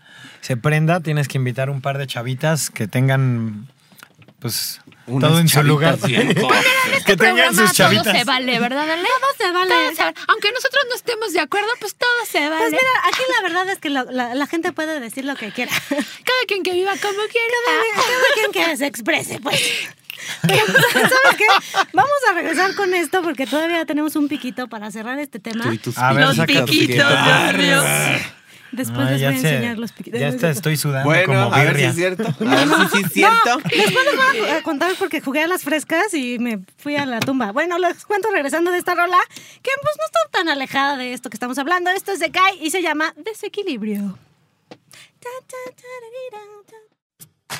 se prenda, tienes que invitar un par de chavitas que tengan, pues...
Unas
todo en su
chavitas
lugar.
bien
que tengan sus chavitas.
Todo se vale, ¿verdad, Ale?
todo se vale.
Todo se vale. Aunque nosotros no estemos de acuerdo, pues todo se vale.
Pues mira, aquí la verdad es que la, la- la gente puede decir lo que quiera.
Cada quien que viva como quiera.
Cada quien que se exprese, pues. ¿Sabes qué? Vamos a regresar con esto porque todavía tenemos un piquito para cerrar este tema.
Tú y tus
A ver,
piquitos,
saca tus
piquitos.
piquitos, Dios mío.
Después
Ay,
les
Ah, ya
voy a
sé.
enseñar los piquitos.
Ya está, estoy sudando
Bueno,
como
a ver si
birria.
es cierto. A ver si sí es cierto.
Después les voy a contar porque jugué a las frescas y me fui a la tumba. Bueno, les cuento regresando de esta rola, que pues no está tan alejada de esto que estamos hablando. Esto es de Kai y se llama Desequilibrio. Ta, ta, tararira, ta.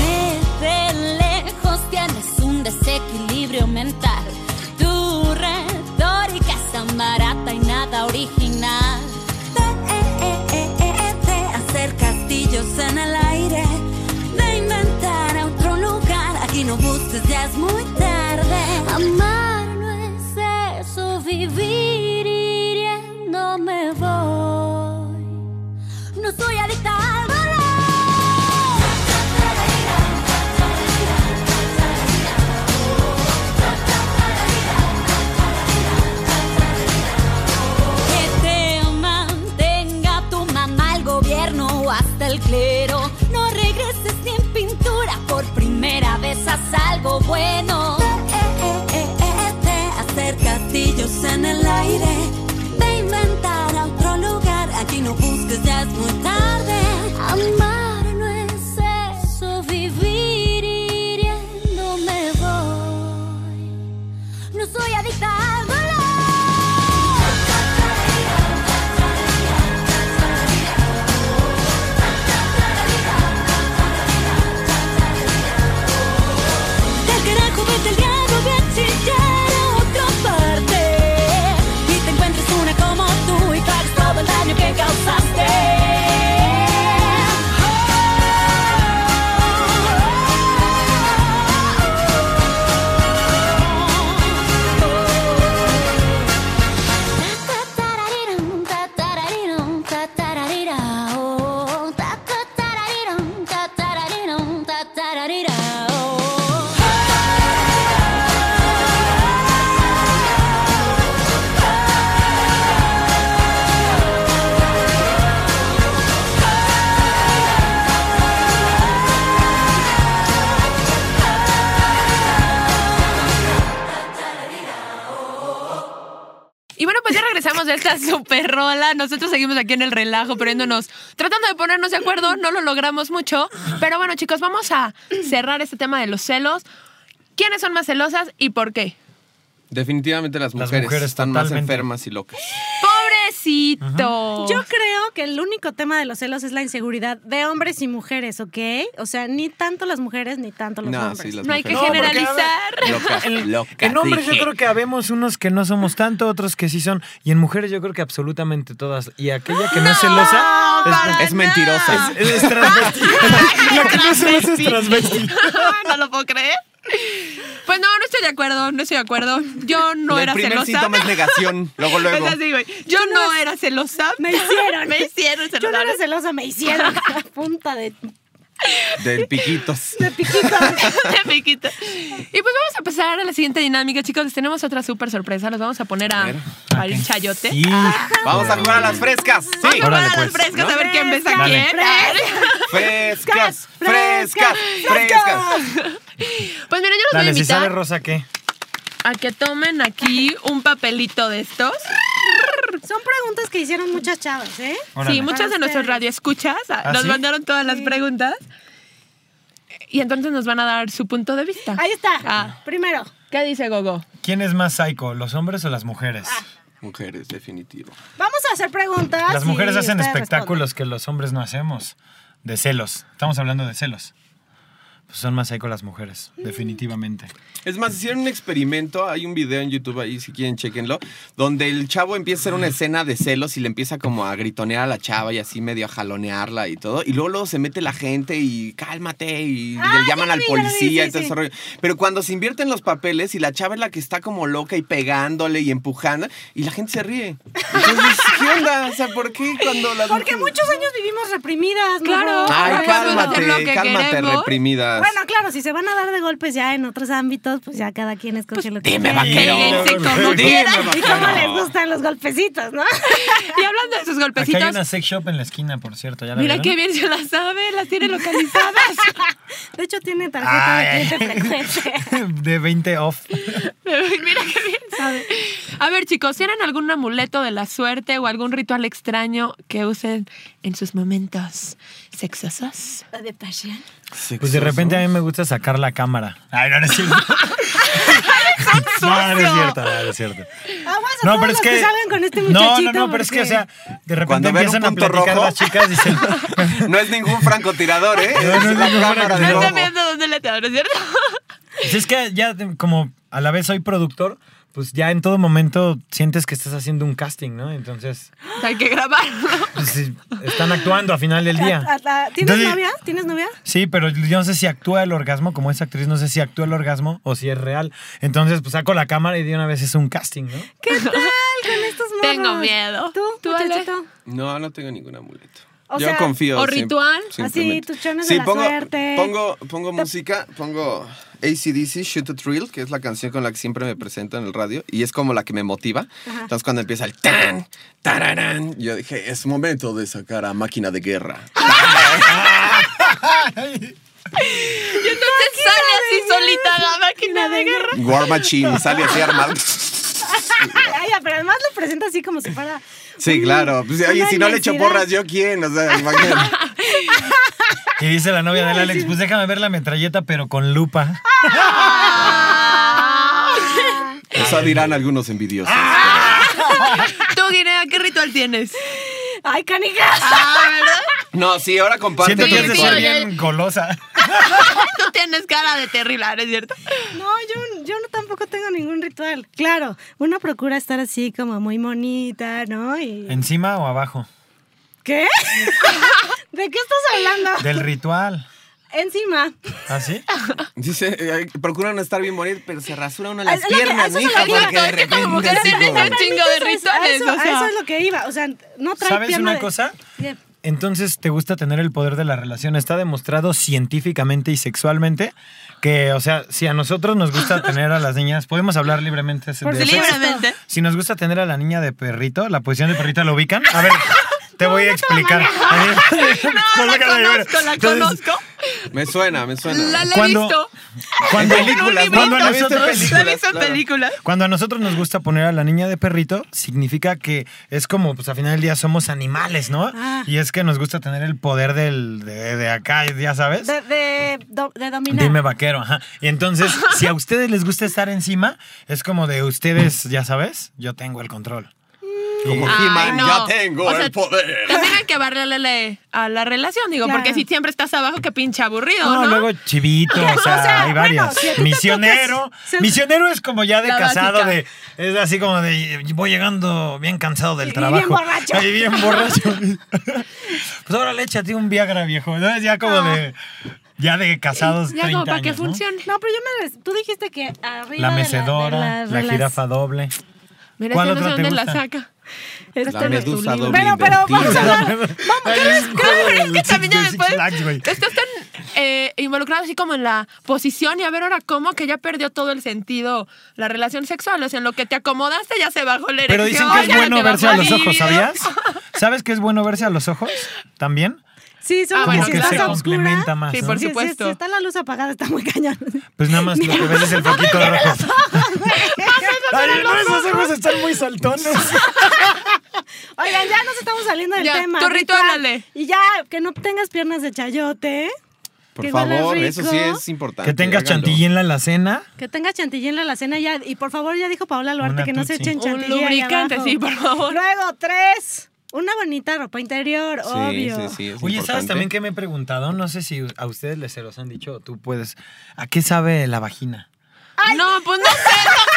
Desde lejos tienes un desequilibrio mental. Tu retórica es tan barata y nada original. Te, eh, te hacer castillos en el aire. De inventar a otro lugar. Aquí no busques, ya es muy tarde. Amar no es eso, vivir hiriendo me voy. No soy adicta al dolor. Que te mantenga tu mamá, el gobierno o hasta el clero. No regreses ni en pintura, por primera vez haz Eh, algo bueno. Te, acercas castillos en el aire.
pues de esta super rola. Nosotros seguimos aquí en el relajo, poniéndonos, tratando de ponernos de acuerdo. No lo logramos mucho. Pero bueno, chicos, vamos a cerrar este tema de los celos. ¿Quiénes son más celosas y por qué?
Definitivamente las
Las
mujeres,
mujeres,
están más
totalmente.
enfermas y locas.
¡Pobrecito!
Oh.
Yo creo que el único tema de los celos es la inseguridad de hombres y mujeres, ¿ok? O sea, ni tanto las mujeres ni tanto los
No,
hombres.
sí, las
No hay que
mujeres.
porque, a ver,
generalizar.
Locas,
En,
locas,
en hombres yo
dije.
creo que habemos unos que no somos tanto, otros que sí son, y en mujeres yo creo que absolutamente todas. Y aquella que no, es celosa es-
para
es mentirosa.
nada.
es, es transvesti. La que no es celosa es transvesti.
no lo puedo creer. Pues no, no estoy de acuerdo, no estoy de acuerdo. Yo no
el
era
primer
celosa.
síntoma es negación. Luego, luego.
Es así, güey. Yo no era celosa.
Me hicieron.
Me hicieron
Yo no
celosa.
era celosa, me hicieron a punta de,
Del piquitos.
de piquito.
Me quito. Y pues vamos a pasar a la siguiente dinámica, chicos. Les tenemos otra súper sorpresa. Los vamos a poner a,
ver.
a ir chayote.
Sí.
Vamos a jugar a las frescas. Sí.
Vamos a
Órale,
jugar a las
pues.
frescas a ver quién besa a
Dale.
quién.
Frescas, frescas, frescas.
Pues miren, yo los
Dale,
voy a
si sabe
invitar
Rosa qué.
a que tomen aquí un papelito de estos.
Son preguntas que hicieron muchas chavas, ¿eh?
Órale.
Sí, muchas de
Para
nuestros
ustedes.
radioescuchas ah,
¿Ah,
nos
sí?
mandaron todas las preguntas. Y entonces nos van a dar su punto de vista.
Ahí está.
Ah.
Primero,
¿Qué dice Gogo?
¿Quién es más psycho, los hombres o las mujeres?
Mujeres, definitivo.
vamos a hacer preguntas.
Las mujeres
y
hacen
ustedes
espectáculos que los hombres no hacemos. De celos. Estamos hablando de celos. Pues son más psycho las mujeres, definitivamente.
Es más, hicieron un experimento, hay un video en YouTube ahí, si quieren, chequenlo, donde el chavo empieza a hacer una escena de celos y le empieza como a gritonear a la chava y así medio a jalonearla y todo. Y luego, luego se mete la gente y cálmate y, le llaman
ya lo vi, ya
al
lo vi,
policía
Ah,
y
sí,
todo
sí.
ese rollo. Pero cuando se invierten los papeles y la chava es la que está como loca y pegándole y empujando y la gente se ríe. Entonces, ¿qué onda? O sea, ¿por qué cuando las
Porque
mujeres-
muchos años vivimos reprimidas, ¿no?
Claro. Podemos
Ay,
hacer
cálmate,
lo que
cálmate,
queremos.
reprimidas.
Bueno, claro, si se van a dar de golpes ya en otros ámbitos, pues ya cada quien escoge lo que
Dime,
quiere.
vaquero.
Péguense como
Dime,
quieran.
Y cómo
vaquero.
les gustan los golpecitos, ¿no?
Y hablando de sus
Aquí hay
golpecitos,
una sex shop en la esquina, por cierto. ¿ya la
mira
vieron?
qué bien se las sabe, las tiene localizadas.
De hecho, tiene tarjeta
Ay.
de cliente frecuente.
De 20 off.
mira qué bien sabe. A ver, chicos, ¿tienen algún amuleto de la suerte o algún ritual extraño que usen en sus momentos sexosos?
de pasión.
Pues de repente a mí me gusta sacar la cámara. Ay, no, no es cierto. no, no es cierto, no, no es cierto.
Aguas a todos los que... salgan con este muchachito.
No, no, no, pero es que, o sea, de repente
Cuando ven un
empiezan a
punto
platicar
rojo.
las chicas y dicen,
No es ningún francotirador, ¿eh?
No, no
es
es
la
ningún
cámara de
francotirador.
No
robo.
están viendo dónde le te abro, ¿cierto?
si "Pues es que ya de- como a la vez soy productor, pues ya en todo momento sientes que estás haciendo un casting, ¿no? Entonces,
Hay que grabarlo.
pues, sí, están actuando a final del día.
A- a- a- ¿Tienes
Entonces-
novia? ¿Tienes novia?
Sí, pero yo no sé si actúa el orgasmo, como esa actriz, no sé si actúa el orgasmo o si es real. Entonces, pues saco la cámara y de una vez es un casting, ¿no?
¿Qué tal con estos morros?
Tengo miedo.
¿Tú,
¿Tú, Ale?
muchachito?
No, no tengo ningún amuleto.
O
Yo
sea,
confío.
o
sim-
ritual,
así,
simplemente.
tus chones de la
pongo,
suerte.
Pongo, pongo música, pongo ACDC, Shoot the Thrill, que es la canción con la que siempre me presento en el radio y es como la que me motiva. Entonces, cuando empieza el tan, tararán, yo dije, es momento de sacar a máquina de guerra.
Y entonces sale así solita la máquina de guerra.
War Machine, y sale así armado.
Ay, pero además lo presenta así como si fuera...
Sí,
un-
claro. Pues, oye,
una
si no le echo
inmensidad.
porras, ¿yo quién? O sea, imagínate.
Y dice la novia del Alex, pues déjame ver la metralleta, pero con lupa.
Eso dirán algunos envidiosos.
Ah,
Tú, Guinea, ¿qué ritual tienes?
¡Ay, canijas!
Ah,
No, sí, ahora comparte
Siento
tu
que es de
ritual.
ser
oye.
bien golosa.
Tú tienes cara de terrible, ¿no es cierto?
No, yo, yo no tampoco tengo ningún ritual. Claro, uno procura estar así como muy monita, ¿no? Y...
¿Encima o abajo?
¿Qué? ¿De qué estás hablando?
Del ritual.
Encima.
¿Ah, sí?
Dice, eh, procuran estar bien bonito, pero se rasura una
Es
las
lo que-
piernas,
eso es lo
mija,
que iba,
porque de
es que como mujer
repente... así
tienes
como-
esa ch- Chingo de rituales,
a eso,
o sea.
a eso es lo que iba. O sea, no trae
¿Sabes
pierna
una
de-
cosa?
¿Qué?
Entonces, ¿te gusta tener el poder de la relación? Está demostrado científicamente y sexualmente que, o sea, si a nosotros nos gusta tener a las niñas, podemos hablar libremente de
Sí,
sexo?
libremente.
Si nos gusta tener a la niña de perrito, la posición de perrito, ¿la ubican? A ver, te voy a explicar. A ver,
No, Ah, la
colócala, a ver.
conozco, la
Entonces,
conozco.
Me suena, me suena.
La, la he
Cuando-
visto.
cuando-
En un
películas,
librito.
cuando a nosotros-
La he visto en
Claro.
películas.
Cuando a nosotros nos gusta poner a la niña de perrito, significa que es como, pues al final del día somos animales, ¿no?
Ah.
Y es que nos gusta tener el poder del, de, de acá, ya sabes.
De, de, do- de dominar.
Dime vaquero, ajá. Y entonces, si a ustedes les gusta estar encima, es como de ustedes, ya sabes, yo tengo el control.
Como
Ay,
He-Man,
no.
ya tengo
O sea,
el poder.
También hay que barrerle a la relación, digo,
Claro.
porque si siempre estás abajo, qué pinche aburrido,
No,
¿no?
luego chivito, o sea,
sea,
hay
bueno,
varias.
si a ti te
misionero,
tocas- se-
misionero es como ya de
La
casado,
básica.
de es así como de voy llegando bien cansado del
Y bien
trabajo.
borracho.
Ay, bien borracho. pues ahora le échate un Viagra, viejo. ¿no? Es ya como de ya de casados
Ya
30
como para que
años, ¿no?
funcione.
No, pero yo me. res- Tú dijiste que arriba.
La
de
mecedora,
las
la
relas-
jirafa doble.
Mira,
¿Cuál
yo no sé
otra te
dónde la
gusta?
saca.
Este
La
no-
medusa doble
Bueno, pero vamos a
invertida.
hablar. Vamos, ¿qué ves?
Claro, pero es que
Six-
también ya
Six
después
Flags, güey.
estás tan eh, involucrado así como en la posición y a ver ahora cómo que ya perdió todo el sentido la relación sexual. O sea, en lo que te acomodaste ya se bajó la
Pero
erección,
dicen que
ya
es bueno
te bajó
verse a
el
los ojos,
libido.
¿sabías? ¿Sabes que es bueno verse a los ojos? También.
Sí, solo
Ah,
que
bueno,
si
que
estás
se
a
complementa
oscura.
más.
Sí,
¿no?
por
si- si-
supuesto.
Si está la luz apagada, está muy cañón.
Pues nada más lo que ves es el foquito rojo. Ay, no, esos ojos están muy saltones.
Oigan, ya nos estamos saliendo del
Ya,
tema.
tú, Rito,
Rita.
háblale.
Y ya, que no tengas piernas de chayote.
Por
que huele
favor, eso sí
rico.
es importante.
Que tengas
háganlo.
chantilly en la alacena.
Que tengas chantilly en la alacena ya. Y por favor, ya dijo Paola Luarte
Una
que no se
tutsi.
echen
Un
chantilly. ahí
lubricante,
abajo.
sí, por favor.
Luego, tres. Una bonita ropa interior,
Sí,
obvio.
sí, sí, es
Oye, ¿sabes
importante.
también que me he preguntado? No sé si a ustedes les se los han dicho o tú puedes. ¿A qué sabe la vagina?
No, pues no sé, nosotros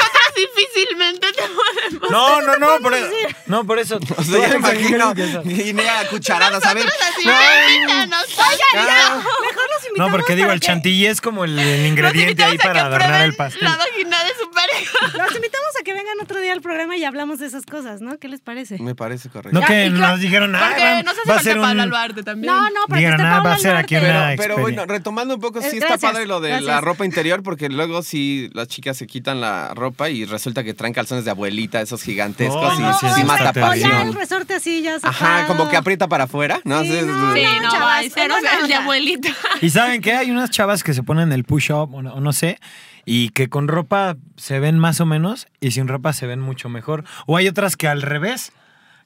difícilmente te podemos.
No, no, no, por eso. No, por eso.
O sea, ya me imagino Guinea a cucharadas, a ver.
Así,
No,
bendita, nos oigan,
ah,
Mejor los invitamos
No, porque digo,
para
el
que-
chantilly es como el, el
nos
ingrediente ahí
invitamos a que
para adornar el
prueben
pastel.
La vagina de su pareja.
Los invitamos a que vengan otro día al programa y hablamos de esas cosas, ¿no? ¿Qué les parece?
Me parece correcto.
No
Ya,
que
y claro,
nos dijeron, ah,
Porque
va,
nos hace
va a
falta
ser un...
Pablo Duarte también.
No, no, para que
Digan,
esté
ah,
Paola
va a ser aquí
Duarte.
una-
Pero, pero
experiencia.
bueno, retomando un poco, sí
Eh,
está
gracias,
padre lo de la
gracias.
ropa interior, porque luego sí las chicas se quitan la ropa y resulta que traen calzones de abuelita, esos gigantescos,
Ay,
y
no,
sí,
sí,
sí
está
mata
terrible.
O ya el
pasión.
resorte así, ya
Ajá,
sacado.
como que aprieta para afuera, ¿no?
Sí,
Entonces,
no,
Sí, no,
chavas,
va, cero,
buena
el de
onda.
abuelita.
¿Y saben qué? Hay unas chavas que se ponen el push-up o no, o no sé, y que con ropa se ven más o menos y sin ropa se ven mucho mejor. O hay otras que al revés,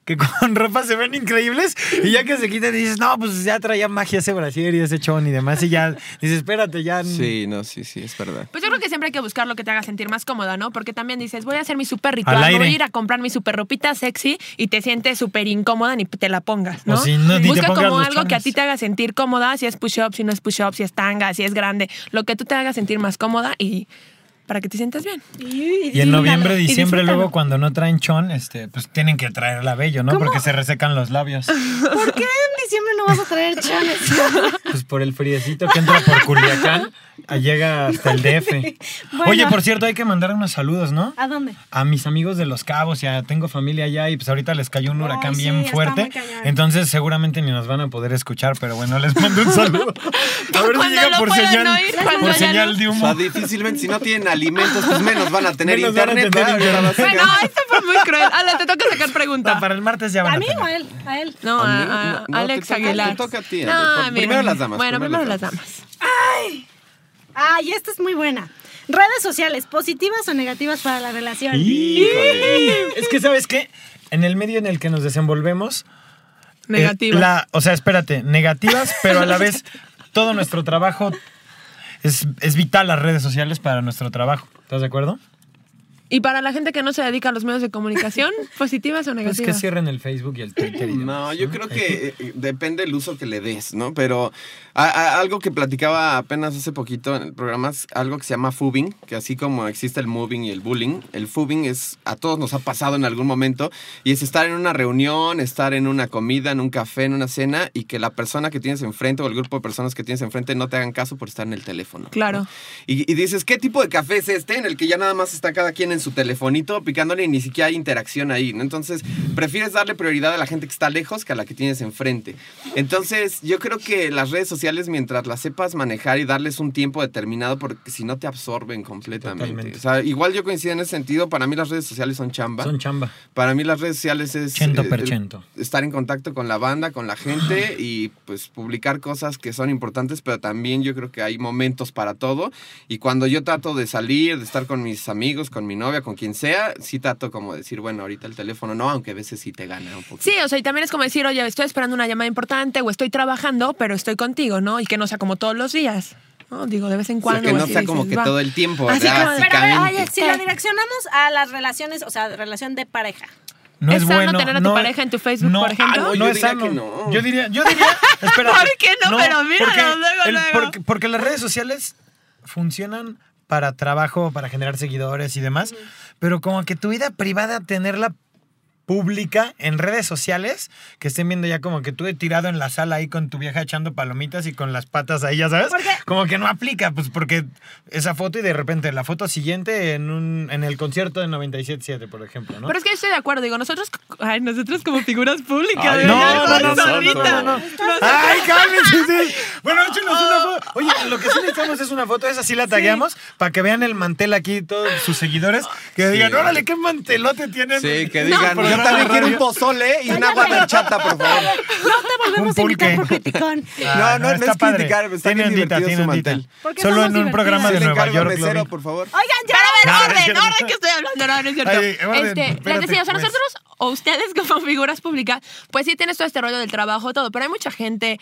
que con ropa se ven increíbles y ya que se quitan dices, no, pues ya traía magia ese brasier y ese chon y demás y ya dices, espérate, ya...
Sí, no, sí, sí, es verdad.
Pues yo creo que siempre hay que buscar lo que te haga sentir más cómoda, ¿no? Porque también dices, voy a hacer mi super ritual,
Al
me
aire.
voy a ir a comprar mi super ropita sexy y te sientes súper incómoda ni te la pongas,
O
¿no?
si no, ni te
Busca
pongas
como
los
algo que a
chones.
ti te haga sentir cómoda, si es push-up, si no es push-up, si es tanga, si es grande, lo que tú te haga sentir más cómoda y para que te sientas bien.
Y en noviembre,
y
diciembre,
disfrútalo.
luego cuando no traen chon, este, pues tienen que traer labello, ¿no? Porque se resecan los labios.
¿Por qué en diciembre no vas a traer chones?
Pues por el friecito que entra por Culiacán, llega hasta el DF.
Bueno.
Oye, por cierto, hay que mandar unos saludos, ¿no?
¿A dónde?
a mis amigos de Los Cabos, ya tengo familia allá y pues ahorita les cayó un huracán
sí,
bien
está
fuerte.
muy cañón.
Entonces seguramente ni nos van a poder escuchar, pero bueno, les mando un saludo. A ver si
Cuando
llega
lo
por
puedan
señal,
oír, cuando
por
haya
señal
luz.
de
O
humo.
sea, difícilmente, si no tienen alimentos, pues menos van a tener
Menos van a
internet.
tener
¿verdad?
internet.
Ahorita
Bueno,
va a ser
esto fue muy cruel. Ale, te toca sacar pregunta.
Para el martes ya van
¿A
a
mí
tener.
o a él? A él.
No,
¿A mí?
a, a-
No, no,
Alex
te toca-
Aguilar.
te toca a ti,
No,
Ale.
a mí.
Primero las damas,
Bueno,
primero
primero
las
las
damas.
damas.
Ay, esta es muy buena. Redes sociales, positivas o negativas para la relación.
Híjole. Es que sabes qué, en el medio en el que nos desenvolvemos, eh,
Negativa.
la- o sea, espérate, negativas, pero a la vez todo nuestro trabajo es, es vital las redes sociales para nuestro trabajo. ¿Estás de acuerdo?
Y para la gente que no se dedica a los medios de comunicación, positivas o
Es
negativas.
Pues que cierren el Facebook y el Twitter y demás,
No, yo creo
Ahí-
que eh, depende el uso que le des, ¿no? Pero a- a- algo que platicaba apenas hace poquito en el programa es algo que se llama fubing, que así como existe el moving y el bullying, el fubing es a todos nos ha pasado en algún momento y es estar en una reunión, estar en una comida, en un café, en una cena y que la persona que tienes enfrente o el grupo de personas que tienes enfrente no te hagan caso por estar en el teléfono.
Claro.
Y, y dices, ¿qué tipo de café es este en el que ya nada más está cada quien en en su telefonito picándole y ni siquiera hay interacción ahí, ¿no? Entonces, prefieres darle prioridad a la gente que está lejos que a la que tienes enfrente. Entonces, yo creo que las redes sociales, mientras las sepas manejar y darles un tiempo determinado, porque si no te absorben completamente.
Totalmente.
O sea, igual yo coincido en ese sentido, para mí las redes sociales son chamba.
Son chamba.
Para mí las redes sociales es...
100%.
eh, estar en contacto con la banda, con la gente y pues publicar cosas que son importantes, pero también yo creo que hay momentos para todo. Y cuando yo trato de salir, de estar con mis amigos, con mi novia, con quien sea, sí trato como decir, bueno, ahorita el teléfono no, aunque a veces sí te gana un poquito.
Sí, o sea, y también es como decir, oye, estoy esperando una llamada importante o estoy trabajando, pero estoy contigo, ¿no? Y que no sea como todos los días, ¿no? Digo, de vez en cuando.
que no
así
sea
dices,
como que
va.
todo el tiempo,
Así como-
Pero a ver, oye,
básicamente.
si lo direccionamos a las relaciones, o sea, relación de pareja.
No
¿Es
es,
sano
bueno
tener a tu pareja en tu Facebook, por ejemplo?
ah,
Ay,
no,
yo
es
diría
sano.
que no.
Yo diría, yo diría, espérate.
¿Por qué no? Pero míralo, luego, luego.
Porque, porque las redes sociales funcionan para trabajo, para generar seguidores y demás, pero como que tu vida privada tenerla pública en redes sociales, que estén viendo ya como que tú tirado en la sala ahí con tu vieja echando palomitas y con las patas ahí, ya sabes, como que no aplica, pues porque esa foto y de repente la foto siguiente en un en el concierto de 97.7, por ejemplo, ¿no?
Pero es que yo estoy de acuerdo, digo, nosotros, ay, nosotros como figuras públicas,
Ay,
de
no,
verdad,
no, no,
con
no,
solita.
no, no.
Nos-
¡Ay, cálmense! sí. Bueno, échenos una foto. Oye, lo que sí necesitamos es una foto, esa sí la tagueamos, para que vean el mantel aquí todos sus seguidores, que digan, órale, qué mantelote tienen.
Sí, que
No,
digan,
pero
yo
no,
también
no,
quiero
no.
un pozole y una agua de horchata, por favor.
No te volvemos
Un
a invitar por
pulque.
criticón.
Ah,
No, no, no
está
es criticar, pero está
Tiene
bien
ondita,
divertido
tiene
su
ondita.
mantel.
Porque
Solo
somos
en un
divertidas.
programa
Sí,
de
le
Nueva
encargo al
York. lo
mesero,
vi.
por favor.
Oigan, ya a
No,
ver,
es que
orden,
no.
orden que estoy hablando, no, no es cierto.
Ay, orden,
Este,
espérate,
les decía, o sea,
pues.
nosotros o ustedes como figuras públicas, pues sí tienes todo este rollo del trabajo, todo, pero hay mucha gente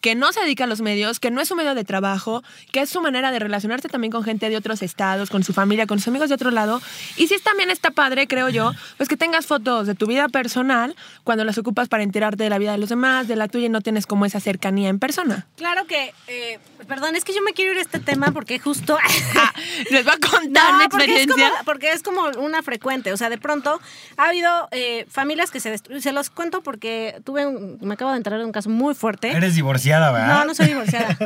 que no se dedica a los medios, que no es su medio de trabajo, que es su manera de relacionarse también con gente de otros estados, con su familia, con sus amigos de otro lado. Y sí es- también está padre, creo yo, pues que tengas fotos de tu vida personal cuando las ocupas para enterarte de la vida de los demás, de la tuya y no tienes como esa cercanía en persona.
Claro que, eh, perdón, es que yo me quiero ir a este tema porque justo...
Ah, les voy a contar mi
porque es,
experiencia.
como, porque es como una frecuente. O sea, de pronto ha habido eh, familias que se destruyen. Se los cuento porque tuve un- me acabo de enterar de un caso muy
¿Eh?
fuerte.
Eres divorciada, ¿verdad?
No, no soy divorciada.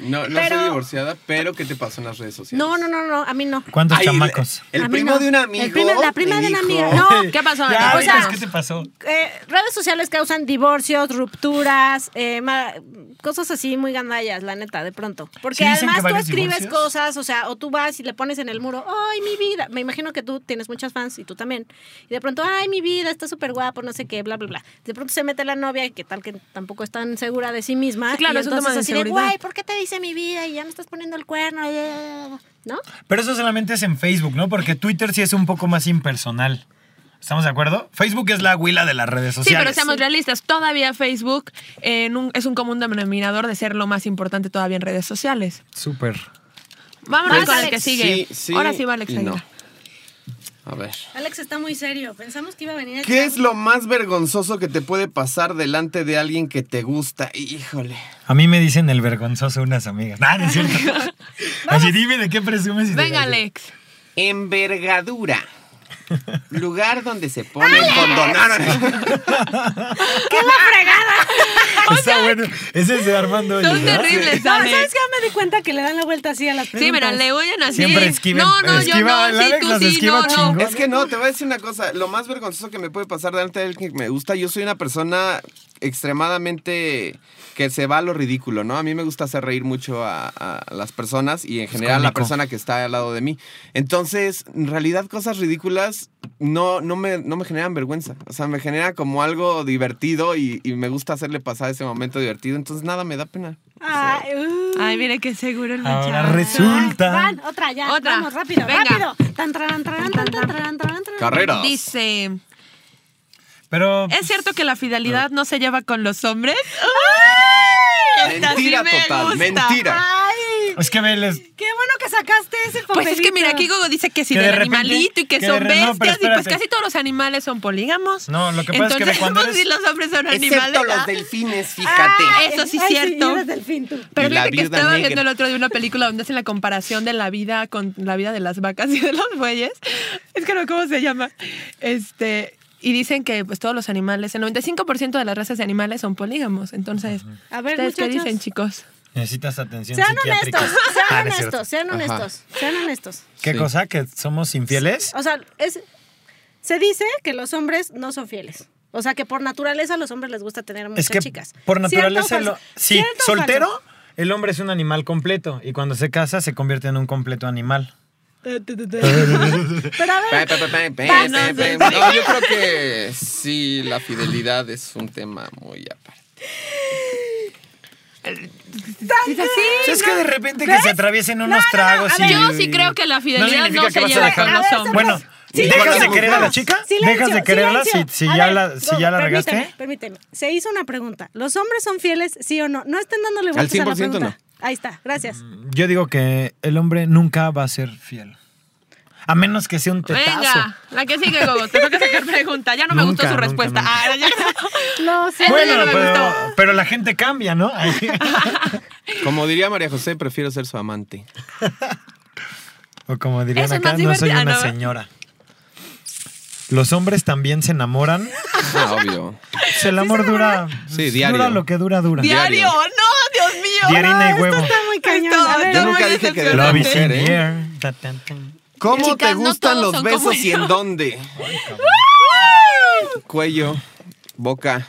No, no
Pero-
soy divorciada, pero ¿qué te pasó en las redes sociales?
No, no, no, no, a mí no.
¿Cuántos
Ay,
chamacos?
El,
A mí
primo
no.
de un
El
amigo.
prima- la prima
me
de una
dijo-
amiga. No,
¿Qué pasó?
Ya,
O sea,
dices, ¿qué te pasó?
Eh, redes sociales causan divorcios, rupturas, eh, ma- cosas así muy gandallas, la neta, de pronto. Porque
¿Sí dicen que
además tú
varios
escribes
divorcios?
cosas, o sea, o tú vas y le pones en el muro, ¡ay, mi vida! Me imagino que tú tienes muchas fans y tú también. Y de pronto, ¡ay, mi vida! Está súper guapo, no sé qué, bla, bla, bla. De pronto se mete la novia y que tal que tampoco es tan segura de sí misma.
Sí, claro,
y
es un tema
entonces
de
así de,
inseguridad.
¡guay! ¿Por qué te dice mi vida? Y ya me estás poniendo el cuerno, ya, ya, ya, ya". ¿no?
Pero eso solamente es en Facebook, ¿no? Porque Twitter sí es un poco más impersonal. ¿Estamos de acuerdo? Facebook es la huila de las redes
Sí, pero
sociales.
seamos realistas. Todavía Facebook en un- es un común denominador de ser lo más importante todavía en redes sociales.
Súper.
Vámonos
Pues,
con el que
sí,
sigue.
sí
Ahora sí va Alex
y
Aguilar.
no. A ver.
Alex está muy serio. Pensamos que iba a venir a
¿Qué es lo más vergonzoso que te puede pasar delante de alguien que te gusta? Híjole.
A mí me dicen el vergonzoso unas amigas. Nada, no es cierto. Así dime de qué presumes. y te
Venga,
voy a decir.
Alex.
Envergadura. Lugar donde se pone el condón. No, no, no.
Está bueno. Ese es de Armando. Hoyos,
Son
¿verdad?
terribles,
No, ¿sabes
Alex.
qué? Me di cuenta que le dan la vuelta así a las
Sí, mira,
preguntas.
le huyen así.
Siempre esquiven.
No, no, yo
Esquiva el
no. Sí,
Alex,
tú
las
sí,
esquiva
no, no.
chingón.
Es que no, te voy a decir una cosa. Lo más vergonzoso que me puede pasar delante de alguien que me gusta, yo soy una persona extremadamente que se va a lo ridículo, ¿no? A mí me gusta hacer reír mucho a, a las personas y en general a la
cómico.
persona que está al lado de mí. Entonces, en realidad, cosas ridículas no, no, me, no me generan vergüenza. O sea, me genera como algo divertido y, y me gusta hacerle pasar ese momento divertido. Entonces, nada me da pena.
Ay, uh.
Ay, mire qué seguro el
Ahora
muchacho.
resulta.
Van, otra ya.
Otra.
Vamos, rápido,
Venga.
rápido. Tan, tran, tran, tan, tan, tran, tran, tran.
Carreras.
Dice,
Pero.
¿es cierto que la fidelidad no se lleva con los hombres? Esta sí
Mentira
me
total,
gusta. Ah,
mentira.
Ay,
Es que veles.
qué bueno que sacaste ese papelito.
Pues es que mira, aquí Gogo dice que si
Que de
del
repente-
animalito y que,
que de
son
re- no, pero
bestias, y pues
espérate.
casi todos los animales son polígamos.
No, lo que pasa es que
Entonces,
cuando
pues,
eres-
si los hombres son animales.
Excepto los
ah.
delfines, fíjate.
Ay, eso sí es
Ay,
cierto.
y eres delfín, tú.
Ah. Pero
Y la
fíjate que
viuda
estaba
negra.
viendo el otro día una película donde hacen la comparación de la vida con la vida de las vacas y de los bueyes. Es que no, ¿cómo se llama? Este. Y dicen que pues todos los animales, el 95% de las razas de animales son polígamos. Entonces,
A ver,
¿ustedes qué
muchachos.
dicen, chicos?
Necesitas atención
Sean
psiquiátrica.
honestos,
Ah,
sean
no es cierto.
honestos, sean honestos, sean honestos.
¿Qué
Sí.
cosa? ¿Que somos infieles?
O sea, es, se dice que los hombres no son fieles. O sea, que por naturaleza a los hombres les gusta tener muchas
Es que
chicas.
por
¿Cierto
naturaleza...
o
lo-
falso?
Sí,
¿Cierto o
soltero,
falso?
el hombre es un animal completo. Y cuando se casa, se convierte en un completo animal.
Pero a ver,
Pe, pe, pe, pe, pe, pe, pe. No, yo creo que sí, la fidelidad es un tema muy aparte.
O sea, es que de repente que se atraviesen unos tragos y...
Yo sí creo que la fidelidad no,
significa que
se
vas a
lleva
dejar-
con los hombres.
Bueno,
Silencio,
¿dejas de querer a la
silencio,
chica?
silencio,
¿Dejas de quererla si,
silencio.
si
A
ya,
ver,
la, si
Gogo,
ya la
permíteme,
regaste?
Permíteme, se hizo una pregunta. ¿Los hombres son fieles, sí o no? No estén dándole vueltas a la
100%
pregunta. Ahí está, gracias.
Yo digo que el hombre nunca va a ser fiel. A menos que sea un tetazo.
Venga, la que sigue, Gogo. Te toca sacar pregunta. Ya no me
Nunca,
gustó su
nunca,
respuesta.
nunca.
Ah, ya.
No sé.
Eso
Bueno,
ya no me
pero,
gustó.
pero la gente cambia, ¿no? Ay.
Como diría María José, prefiero ser su amante.
o como dirían
Eso es
acá,
más
no soy
divertido,
una
¿no?
señora. Los hombres también se enamoran.
Ah, obvio.
Pues El amor dura.
Sí,
pues,
diario.
Dura lo que dura, dura.
Diario, no, Dios mío.
De harina y huevo.
Está muy cañón.
Esto-
A ver,
Yo
no
nunca
me
dije que de
Love is in
mujer,
the
¿eh?
air. Ta, tan, tan.
¿Cómo
Chicas,
te
no
gustan
todos
los
son como
besos y
yo.
en dónde? Cuello, boca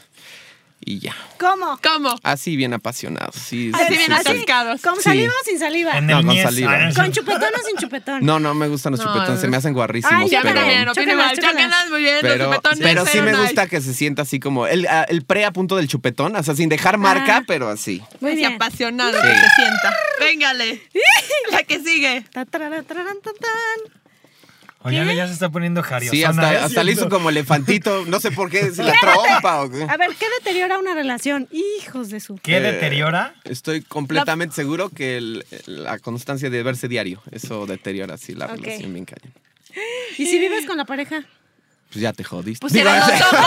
y ya.
¿Cómo?
¿Cómo?
Así bien apasionado. Sí,
Así
sí,
bien
sí, sí.
atascados.
¿Con
Sí.
saliva o sin saliva?
En
No,
el
con
mies.
saliva.
Ah, no es
¿Con
cierto.
chupetón o sin chupetón?
No, no me gustan los
No,
chupetones, se me hacen guarrísimos.
Ay, ya
Ya
pero,
me
también,
también, opinen mal.
chócalas.
Chócalas muy bien, los
pero,
chupetones.
pero sí
pero
me
nice.
gusta que se sienta así como el, ah, el pre a punto del chupetón, o sea, sin dejar marca,
Ah.
pero así.
Muy
Así
bien.
apasionado
Sí.
que se sienta. Véngale. La que sigue.
Tatararatarantantán.
Oye, ya se está poniendo jariosona.
Sí,
¿eh?
hasta, hasta le hizo
Siento-
como elefantito, no sé por qué, si la trompa o qué.
A ver, ¿qué deteriora una relación? Hijos de su...
¿Qué
Eh,
deteriora?
Estoy completamente seguro que el- la constancia de verse diario, eso deteriora así la
Ok.
relación bien cañón.
¿Y si vives con la pareja?
Pues ya te jodiste.
Pues
Digo,
eran los ojos.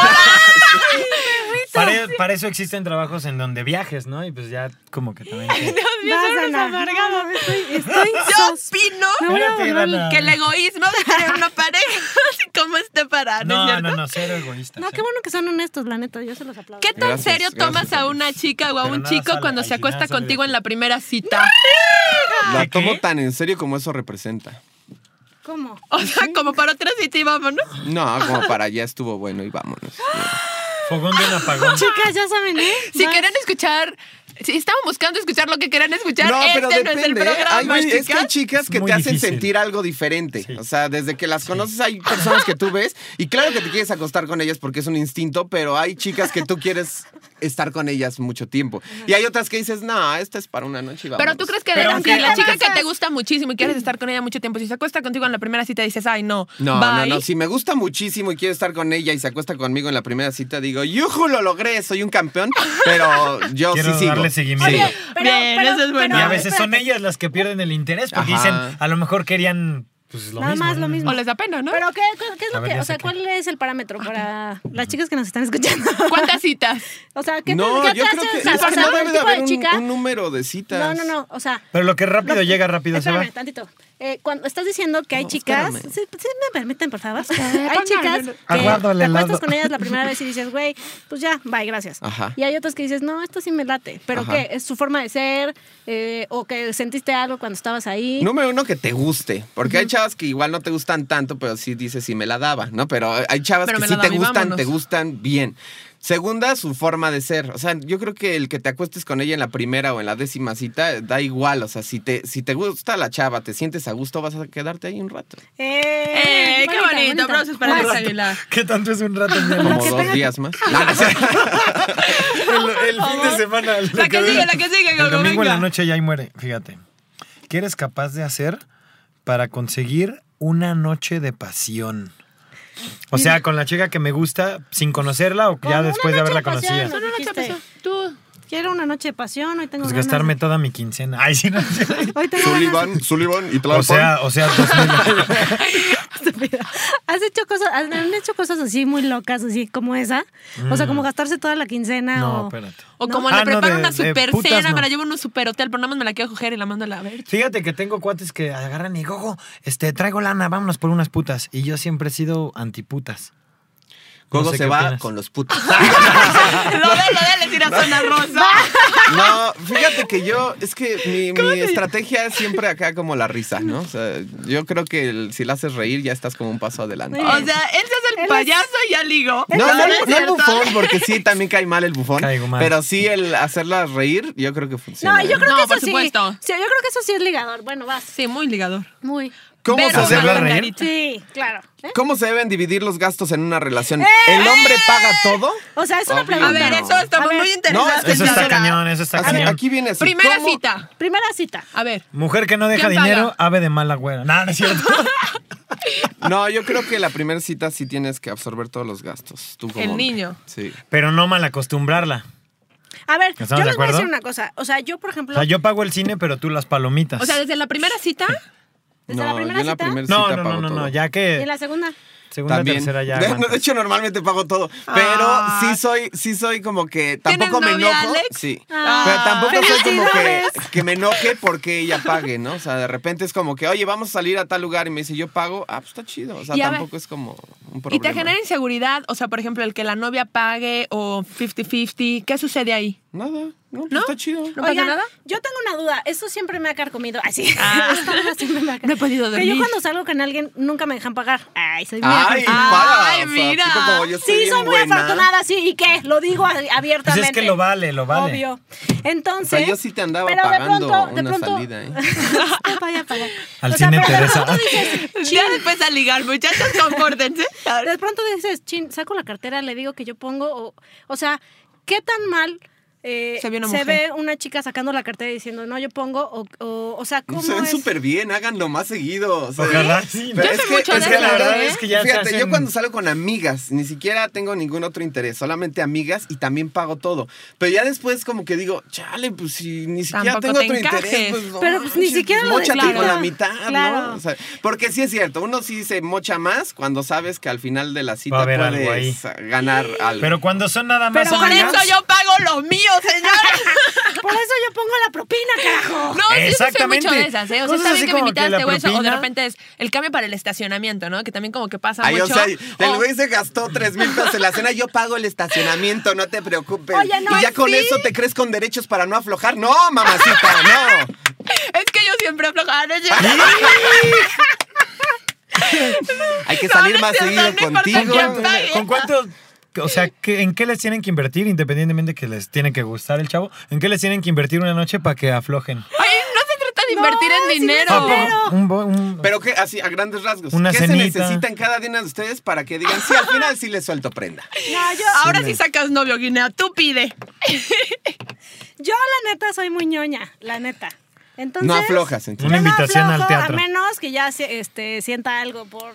Para, para eso existen trabajos en donde viajes, ¿no? Y pues ya como que también...
Vas, Ana. No, Estoy, estoy
Yo
sos-
opino
Me voy a
Espérate,
volver-
Ana.
que el egoísmo de tener una pareja, este ¿cómo esté parado?
No,
¿cierto?
no, no, cero egoísta.
No, qué
cero.
bueno que son honestos, la neta. Yo se los aplaudo.
¿Qué tan
Gracias,
serio
gracias,
tomas a
Ana.
una chica o a
Pero
un
nada
chico
sale,
cuando se
al final
acuesta
sale
contigo
de-
en la primera cita?
La
¿Qué, qué?
tomo tan en serio como eso representa.
¿Cómo?
O sea, como para otra cita y vámonos.
No, como para allá estuvo bueno y vámonos.
Fogón de un apagón.
Chicas, ya saben, ¿eh?
Si
Va-
quieren escuchar, si estaban buscando escuchar lo que querían escuchar,
No,
este
pero
no es el
depende. ¿eh?
programa,
Hay güey- es que
chicas.
hay chicas que
Muy
te hacen
difícil.
sentir algo diferente.
Sí.
O sea, desde que las conoces hay personas que tú ves y claro que te quieres acostar con ellas porque es un instinto, pero hay chicas que tú quieres estar con ellas mucho tiempo. Y hay otras que dices, no, esta es para una noche y
Pero
vámonos".
tú crees que
Pero
de-
aunque-
si la chica que te gusta muchísimo y
Mm.
quieres estar con ella mucho tiempo, si se acuesta contigo en la primera cita dices, ay, no,
No,
bye.
no, no. Si me gusta muchísimo y quiero estar con ella y se acuesta conmigo en la primera cita, digo, ¡yujú! Lo logré, soy un campeón. Pero yo
Quiero
sí sigo.
darle seguimiento.
Sí.
Pero-
Bien,
pero-
eso es bueno.
Y a
pero-
veces son
espérate.
ellas las que pierden el interés porque
Ajá.
dicen, a lo mejor querían pues lo
Nada
mismo.
más lo
¿no?
mismo.
O les da pena, ¿no?
Pero qué, qué- qué es
A
lo
ver,
que,
ya
o sea,
sé qué.
¿cuál es el parámetro para las chicas que nos están escuchando?
¿Cuántas citas?
O sea, ¿qué
no,
te, qué
yo
te
creo
hace,
que
o sea,
es que
para
no
saber
debe
el
de
tipo
haber
de
un,
chica?
un número de
No,
citas.
no, no, o sea,
Pero lo que rápido llega, rápido se va.
espérame tantito. Eh, cuando estás diciendo que hay chicas, si, me permiten, por favor, hay
Póngale,
chicas
no, no.
que
Aguardo el
te acuestas
helado.
con ellas la primera vez y dices, güey, pues ya, bye, gracias.
Ajá.
Y hay otras que dices, no, esto sí me late, pero
Ajá.
¿qué? ¿Es su forma de ser? Eh, ¿O que sentiste algo cuando estabas ahí?
Número uno, que te guste. Porque hay chavas que igual no te gustan tanto, pero sí dices, sí me la daba, ¿no? Pero hay chavas
Pero me
que
la
sí te
daba y
gustan,
vámonos.
te gustan bien. Segunda, su forma de ser. O sea, yo creo que el que te acuestes con ella en la primera o en la décima cita, da igual. O sea, si te, si te gusta la chava, te sientes a gusto, vas a quedarte ahí un rato.
Eh,
Eh, qué
bonita,
bonito,
bonita.
abrazos para
Más.
Alexa Aguilar.
¿Qué tanto es un rato?
Pues
Miguel?
Como dos días más. No, no sé.
el, el fin de semana. lo
La que
dura.
sigue, la que sigue, Gogo,
El domingo en
venga.
la noche ya ahí muere. Fíjate. ¿Qué eres capaz de hacer para conseguir una noche de pasión? O sea, con la chica que me gusta, sin conocerla o ya
Con
después de
una
haberla
noche de
conocida.
pasión,
No, no,
Dijiste.
¿qué pasó? Tú.
Quiero una noche de pasión, hoy tengo
Pues
ganas.
gastarme toda mi quincena. Ay, sí, no.
Hoy tengo ganas.
Sullivan y
O sea, o sea, dos mil.
Has hecho cosas, han han hecho cosas así muy locas, así como esa. O sea, como gastarse toda la quincena
Mm. No,
o.
espérate.
O como le
Ah, no,
preparo
de-
una
de
super
putas,
cena,
no.
me la llevo en un super hotel, pero nada más me la quiero coger y la mando a la ver.
Fíjate que tengo cuates que agarran y gogo, este, traigo lana, vámonos por unas putas. Y yo siempre he sido antiputas.
Gogo
No sé
se
qué
va
opinas.
con los putos.
lo de, lo de, le tiras una rosa.
No, fíjate que yo, es que mi, mi estrategia es siempre acá como la risa, ¿no? O sea, yo creo que el- si la haces reír ya estás como un paso adelante.
O sea, él se hace el payaso y ya ligó.
No, no,
es
no, el
cierto.
bufón, porque sí, también cae mal el bufón.
Caigo mal.
Pero sí, el hacerlas reír, yo creo que funciona. ¿eh?
No, yo creo
No,
que eso
por
sí.
supuesto.
Sí, Yo creo que eso sí es ligador. Bueno, vas.
Sí, muy ligador.
Muy.
¿Cómo
Pero
se hace
mala
reír?
carita.
Sí, claro. ¿Eh?
¿Cómo se deben dividir los gastos en una relación?
Eh,
¿El hombre paga todo?
O sea, es una
Obvio.
pregunta.
A ver,
No.
eso estamos muy
No,
interesantes.
es que
Eso
ya
está
verá.
cañón, eso está
Así,
cañón.
aquí viene así.
Primera
¿cómo-
cita.
Primera cita.
A ver.
Mujer que no deja
¿Quién
dinero,
paga?
ave de mala güera. No, no es cierto.
No, yo creo que la primera cita sí tienes que absorber todos los gastos. Tú como
El
hombre.
niño.
Sí.
Pero no mal acostumbrarla.
A ver, yo
¿Estamos de
les voy a
acuerdo?
decir una cosa. O sea, yo, por
O
ejemplo,
sea, yo pago el cine, pero tú las palomitas.
O sea, desde la primera cita.
¿Desde
no,
la primera
yo en la
cita?
primera
no,
cita
no,
pago
no, no, no,
todo.
ya
y
que
en la segunda.
segunda,
También.
tercera ya.
De,
aguantas.
de hecho, normalmente pago todo.
Ah.
Pero sí soy, sí soy como que tampoco me
¿Tienes novia,
enojo.
Alex?
Sí.
Ah.
Pero tampoco soy como que,
¡Felicidades!
que me enoje porque ella pague, ¿no? O sea, de repente es como que, oye, vamos a salir a tal lugar y me dice, yo pago. Ah, pues está chido. O sea,
Y a ver,
tampoco es como un problema.
Y te genera inseguridad. O sea, por ejemplo, el que la novia pague o 50-50. ¿Qué sucede ahí?
Nada, no, pues
¿No?
está chido.
¿No pasa
Oigan,
nada?
Yo tengo una duda. Eso siempre me ha carcomido. Ay, sí.
Ah.
Esta duda siempre me ha
No he podido
Que yo
dormir.
cuando salgo con alguien nunca me dejan pagar. Ay, soy muy
Ay,
afortunada.
paga.
pues, Ay,
o sea,
mira.
tú como, yo estoy
Sí,
bien
soy muy
buena.
afortunada, sí. ¿Y qué? Lo digo a- abiertamente.
Pues es que lo vale, lo vale.
Obvio. Entonces.
O sea, yo sí te andaba
pero de
pagando
pronto, de
una
pronto,
salida, ¿eh?
Ah, vaya, vaya.
Al cine
pero de
Teresa.
pronto dices,
Ya después a ligar, muchachos, compórtense.
de pronto dices, chin, saco la cartera, le digo que yo pongo. O, o sea, ¿qué tan mal eh,
Se ve una mujer.
ve una chica sacando la cartera y diciendo, no, yo pongo? O, o, o sea, ¿cómo
Se ven
es?
súper bien, háganlo más seguido. o sea. ¿eh?
Ojalá sí.
Pero
¿no?
Yo soy mucho de
la
esas,
verdad
¿eh?
es que ya se
Fíjate,
hacen-
yo cuando salgo con amigas, ni siquiera tengo ningún otro interés, solamente amigas y también pago todo. Pero ya después como que digo, chale, pues si ni
Tampoco
siquiera tengo
te
otro
encajes.
interés, pues no
Pero, pues, ni
manches,
siquiera lo
móchate
declara.
con la mitad,
Claro.
¿no? O sea, porque sí es cierto, uno sí se mocha más cuando sabes que al final de la
Va a
cita
haber algo
puedes ganar algo.
Pero cuando son nada más
Pero
Por
amigas-
eso yo pago lo mío, señores.
Por eso yo pongo la propina,
No,
carajo.
sí, sí, soy
Exactamente.
mucho de esas, ¿eh? O sea,
Cosas
está
así
bien que me
como que
invitaste,
la
güey, eso, o de
propina.
repente es el cambio para el estacionamiento, ¿no? Que también como que pasa
Ay,
mucho.
o sea,
O-
el güey se gastó tres mil pesos en la cena, yo pago el estacionamiento, no te preocupes.
Oye, no,
y ya con
sí.
eso te crees con derechos para no aflojar. No, mamacita, no.
Es que yo siempre aflojaba. No, es cierto.
Hay que
No,
salir
no es
más
cierto,
seguido
no importa
¿Con
contigo.
quién
cuánto,
pague.
con cuánto- o sea, ¿qué- ¿en qué les tienen que invertir, independientemente que les tiene que gustar el chavo? ¿En qué les tienen que invertir una noche para que aflojen?
Ay, no se trata de invertir en dinero.
¿A poco? Un bo- un-
Pero que así, a grandes rasgos,
Una
¿qué se
cenita.
necesita en cada una de ustedes para que digan, sí, al final sí les suelto prenda?
No, yo,
Ahora sí sacas novio, Guinea, tú pide.
yo la neta soy muy ñoña, la neta. Entonces,
No aflojas, entonces.
Una
yo no
invitación al
aflojo,
teatro.
A menos que ya se- este, sienta algo por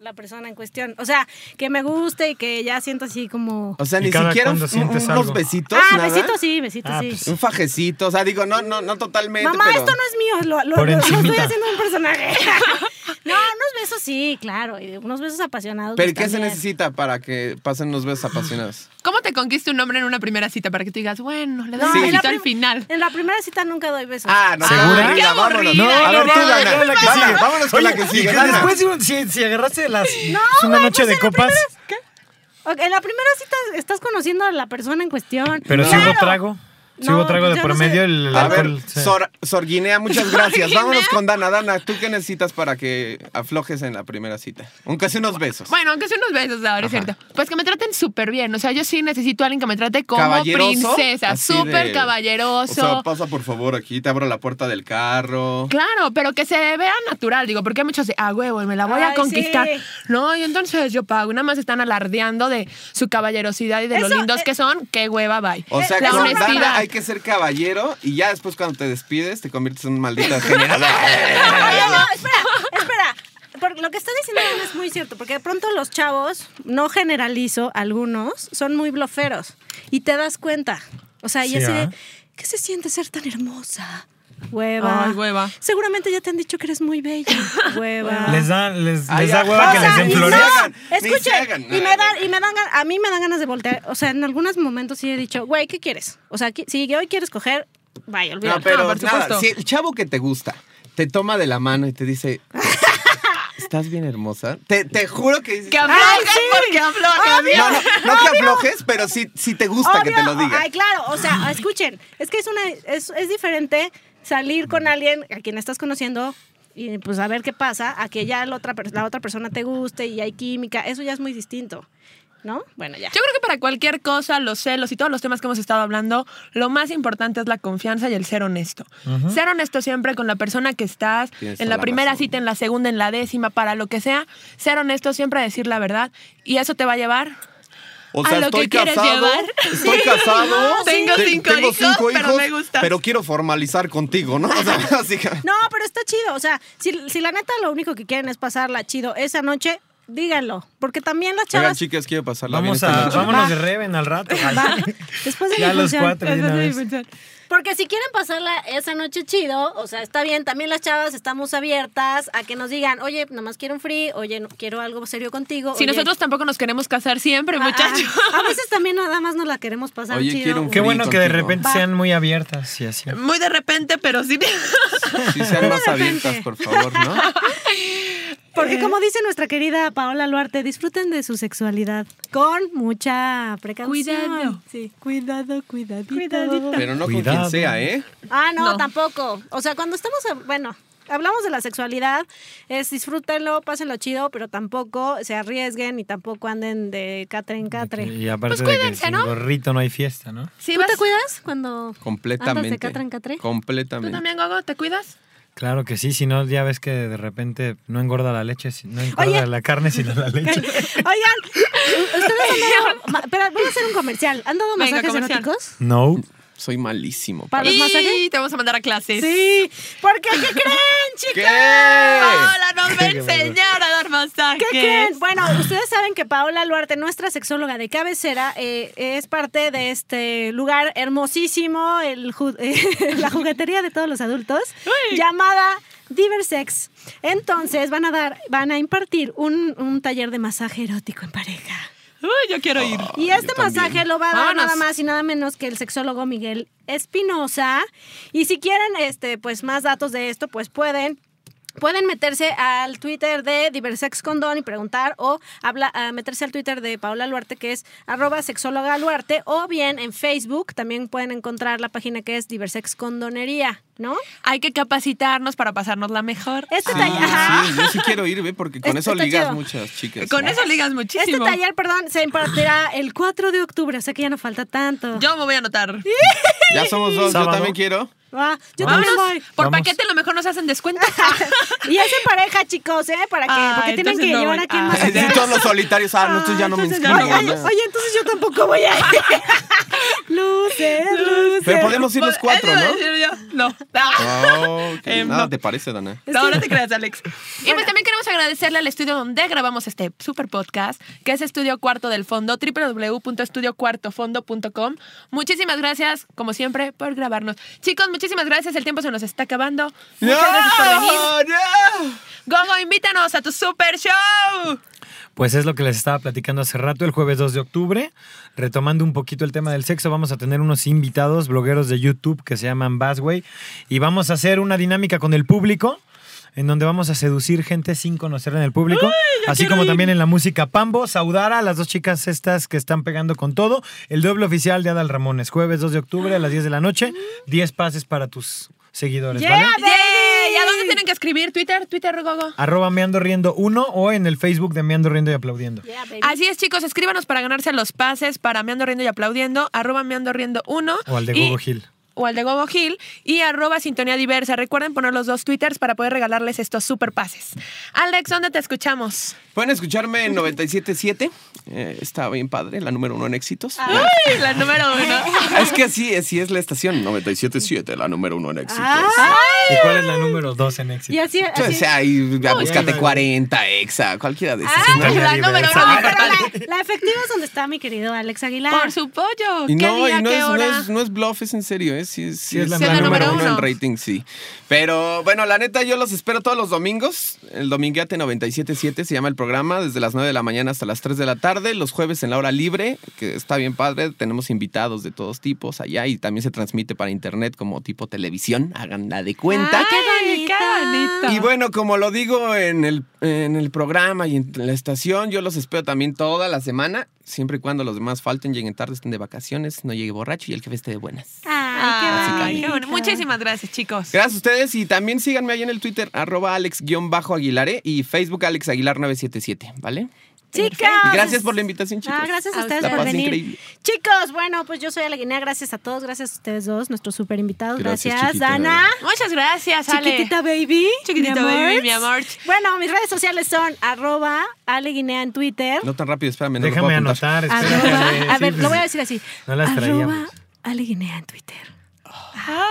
la persona en cuestión. O sea, que me guste y que ya siento así como...
O sea,
¿Y
ni
cada
siquiera un-
cuándo sientes
unos
algo?
besitos,
Ah,
nada.
besito sí, besito
Ah,
sí.
pues,
Un fajecito, o sea, digo, no, no, no totalmente,
Mamá,
pero...
esto no es mío, lo, lo-
Por
lo- lo estoy
encimita.
haciendo un personaje. no, unos besos sí, claro, y unos besos apasionados.
¿Pero
pues,
qué se
también.
necesita para que pasen unos besos apasionados?
¿Cómo te conquista un hombre en una primera cita para que te digas, bueno, le
No,
das
Sí.
un
en la
besito al
prim-
final?
En la primera cita nunca doy besos.
Ah, no,
¿Segura?
qué
Qué
aburrida, vámonos.
aburrida.
a ver,
no,
tú,
no,
Dana,
no, la que
Dana,
sigue.
vámonos con la
Oye,
que
y
sigue, Dana.
Después, si- si, si agarraste las,
No,
una
güey,
noche
pues,
de
en la
copas,
primera- ¿Qué? Ok, en la primera cita estás conociendo a la persona en cuestión.
pero si
Claro.
hubo trago, si
No,
hubo trago
pues,
de
yo no sé.
promedio, el
A
alcohol
ver,
se-
Sor, Sor Guinea, muchas gracias.
Guinea.
Vámonos con Dana. Dana, ¿tú qué necesitas para que aflojes en la primera cita? Aunque sea unos besos.
Bueno, aunque sea unos besos ahora, es
Ajá.
cierto. Pues que me traten súper bien. O sea, yo sí necesito a alguien que me trate como
Caballeroso,
princesa.
así
Súper
de-
caballeroso.
O sea, pasa por favor aquí, te abro la puerta del carro.
Claro, pero que se vea natural, digo, porque hay muchos de, ah, huevo, me la voy
Ay,
a conquistar.
sí.
No, y entonces yo pago, nada más están alardeando de su caballerosidad y de lo
Eso,
lindos
eh,
que son, qué hueva, bye.
O sea,
la
con Dana
honestidad.
hay que ser caballero y ya después cuando te despides te conviertes en un maldito degenerado.
Oye, no, espera, espera. Por- lo que está diciendo Ana es muy cierto, porque de pronto los chavos, no generalizo, algunos, son muy bloferos. Y te das cuenta. O sea, y
Sí,
así de,
¿ah?
¿qué se siente ser tan hermosa? Hueva.
Ay, hueva.
Seguramente ya te han dicho que eres muy bella. Hueva.
les da, les,
Ay,
les da
ajá.
hueva que
O
les
sea,
den
y
flores.
hagan,
No,
ni se hagan.
escuchen, y me dan, y me dan, gan- a mí me dan ganas de voltear. O sea, en algunos momentos sí he dicho, güey, ¿qué quieres? O sea, qui- si hoy quieres coger, vaya, olvídate.
No, pero
por
nada,
supuesto.
si el chavo que te gusta te toma de la mano y te dice, estás bien hermosa. Te, te juro que dices.
Que aflojes porque aflojes.
No, no, no que aflojes, pero sí, sí te gusta que te lo
Obvio.
diga.
Ay, claro, o sea, escuchen, es que es una es, es diferente salir con alguien a quien estás conociendo y pues a ver qué pasa, a que ya la otra, per- la otra persona te guste y hay química, eso ya es muy distinto, ¿no? Bueno, ya.
Yo creo que para cualquier cosa, los celos y todos los temas que hemos estado hablando, lo más importante es la confianza y el ser honesto. Ser honesto siempre con la persona que estás,
Tienes
en
toda
la
la
primera
razón.
cita, en la segunda, en la décima, para lo que sea. Ser honesto siempre a decir la verdad y eso te va a llevar.
O
a
sea,
lo
estoy
que quieres
casado.
llevar.
Estoy
Sí.
casado.
Tengo
te-
cinco
tengo
hijos,
cinco
pero
hijos,
me gustas.
pero quiero formalizar contigo, ¿no? O sea, básicamente.
No, pero está chido, o sea, si, si la neta lo único que quieren es pasarla chido esa noche, díganlo, porque también las
Oigan,
chavas...
chicas, quiero pasarla
Vamos
bien esta
a,
noche.
vámonos de Reven al rato.
Después de
ya
mi
los
función,
cuatro de una vez.
Porque si quieren pasarla esa noche chido, o sea, está bien, también las chavas estamos abiertas a que nos digan, oye, nomás quiero un free, oye, no- quiero algo serio contigo.
Si
oye,
nosotros tampoco nos queremos casar siempre, muchachos.
Ah, a veces también nada más nos la queremos pasar
Oye,
chido.
quiero un
Qué bueno que de
contigo.
repente sean muy abiertas y así.
Muy de repente, pero sí.
Sí, sean más abiertas, por favor, ¿no?
Porque
Eh,
como dice nuestra querida Paola Luarte, disfruten de su sexualidad con mucha precaución.
Cuidado.
Sí, cuidado, cuidadito. Cuidadito.
Pero no con
Cuidado.
quien sea, ¿eh?
Ah, no,
No.
tampoco. O sea, cuando estamos, bueno, hablamos de la sexualidad, es disfrútenlo, pásenlo chido, pero tampoco se arriesguen y tampoco anden de catre en catre.
Y aparte
Pues
de que
cuídense,
sin
¿no?
gorrito no hay fiesta, ¿no?
Sí,
¿Tú
vas-
te cuidas cuando
Completamente.
andas de catre en catre?
¿Tú
Completamente.
también, Gogo? ¿Te cuidas?
Claro que sí, si no ya ves que de repente no engorda la leche, si- no engorda
Oye.
la carne sino la leche.
Oigan, ustedes han dado... ma- Espera, voy a hacer un comercial. ¿Han dado
Venga,
masajes
comercial.
eróticos?
No.
Soy malísimo.
¿Para los masajes?
Y te vamos a mandar a clases.
Sí. ¿Por qué? ¿Qué creen, chicos?
¿Qué? ¡Eh!
Hola, nos va a
Qué
enseñar a dar masajes.
¿Qué creen? Bueno, ustedes saben que Paola Luarte, nuestra sexóloga de cabecera, eh, es parte de este lugar hermosísimo, el ju- eh, la juguetería de todos los adultos, llamada Diversex. Entonces van a dar, van a impartir un, un taller de masaje erótico en pareja.
Uy, yo quiero ir.
Y
yo
este masaje
también.
lo va a dar
Vámonos.
nada más y nada menos que el sexólogo Miguel Espinosa. Y si quieren este, pues, más datos de esto, pues pueden. Pueden meterse al Twitter de Diversex Condón y preguntar o habla, a meterse al Twitter de Paola Luarte que es arroba sexóloga Luarte o bien en Facebook también pueden encontrar la página que es Diversex Condonería, ¿no?
Hay que capacitarnos para pasarnos la mejor. Ah,
Este,
Sí,
taller, ajá.
sí, yo sí quiero ir, ¿ve? Porque con
Este
eso
está
ligas
chido.
muchas chicas.
Con
¿no?
eso ligas
este
muchísimo.
taller, perdón, se impartirá el 4 de octubre, o sea que ya no falta tanto.
Yo me voy a anotar.
Ya somos dos,
Sábado.
yo también quiero.
Ah, yo
Vámonos.
también voy.
Por
Vamos.
paquete a lo mejor nos hacen descuento.
Y es en pareja, chicos, ¿eh? ¿Para qué?
Ah,
Porque tienen
entonces
que
no
llevar
voy.
a quien
Ah.
más.
Y todos los solitarios, ah, no, entonces ya no me
entonces
inscribo.
ya no
Oye, oye,
ya.
oye, entonces yo tampoco voy a ir. luces, luces.
Pero podemos ir los cuatro,
Eso iba
¿no?
a decir yo. No. Ah.
Oh, ok.
Em,
Nada
eh, no.
te parece, Dana.
No, no te creas, Alex. Y pues también queremos agradecerle al estudio donde grabamos este super podcast, que es Estudio Cuarto del Fondo, www.estudiocuartofondo.com. Muchísimas gracias, como siempre, por grabarnos. Chicos, muchísimas gracias. El tiempo se nos está acabando. Muchas gracias por venir.
no.
Gogo, invítanos a tu super show.
Pues es lo que les estaba platicando hace rato, el jueves 2 de octubre. Retomando un poquito el tema del sexo, vamos a tener unos invitados, blogueros de YouTube que se llaman Basway, y vamos a hacer una dinámica con el público. En donde vamos a seducir gente sin conocerla en el público. Así como también en la música Pambo, Saudara, las dos chicas estas que están pegando con todo. El doble oficial de Adal Ramones, jueves 2 de octubre a las 10 de la noche. 10 pases para tus seguidores, ¿vale?
¡Yay! ¿A dónde tienen que escribir? ¿Twitter? ¿Twitter, Gogo?
Arroba me ando riendo uno o en el Facebook de me ando riendo y aplaudiendo.
Así es, chicos, escríbanos para ganarse los pases para Me Ando Riendo y Aplaudiendo, arroba Me Ando Riendo 1.
O al de
y-
Gogo Gil.
O al de Gogo Gil y arroba Sintonía Diversa. Recuerden poner los dos twitters para poder regalarles estos super pases. Alex, ¿dónde te escuchamos?
Pueden escucharme en 97.7. eh, está bien padre, la número uno en éxitos. Eh,
¡Ay, la número uno!
Es que así, así es la estación. 97.7, la número uno en éxitos.
Ah,
¿Y cuál es la número 2 en éxito?
Y así, así-
Entonces, ahí, a búscate
Ay.
40, exa, cualquiera de esas.
no,
¡Ay, Ah, la
Sintonía
número
Diversa.
uno!
Ah,
mi
pero
carnal.
la, la efectiva es donde está mi querido Alex Aguilar.
Por su pollo. Oh, ¿Qué
Y no,
día,
y no,
qué
es, no,
hora?
es, no es bluff, es en serio, ¿eh? Sí, sí
es la número
uno.
uno.
en rating, sí. Pero bueno, la neta, yo los espero todos los domingos. El Dominguete 97.7 se llama el programa, desde las 9 de la mañana hasta las 3 de la tarde. tarde, los jueves en la hora libre, que está bien padre. Tenemos invitados de todos tipos allá y también se transmite para internet como tipo televisión. Hagan la de cuenta.
Ay, qué bonito.
Y bueno, como lo digo en el, en el programa y en la estación, yo los espero también toda la semana, siempre y cuando los demás falten, lleguen tarde, estén de vacaciones, no llegue borracho y el jefe esté de buenas.
Ah,
Ay, qué
bonito.
bueno. Muchísimas gracias, chicos.
Gracias a ustedes y también síganme ahí en el Twitter, arroba alex-aguilaré y Facebook alexaguilar977, ¿vale?
Chicas.
Y gracias por la invitación, chicos.
Ah, gracias a ustedes
La
por
pasé
venir.
increíble.
Chicos, bueno, pues yo soy la Guinea, gracias a todos, gracias a ustedes dos, nuestros super invitados.
Gracias,
Gracias,
chiquita.
Dana.
Muchas gracias, Ale.
Chiquitita baby.
Chiquitita
mi amor.
baby, mi amor.
Bueno, mis redes sociales son arroba Ale Guinea en Twitter.
No tan rápido, espérame. No lo
Déjame
puedo apuntar.
anotar.
Ah,
espérate.
Arroba, a
Sí,
ver,
pues,
lo voy a decir así.
No las
arroba
traíamos.
Ale Guinea en Twitter.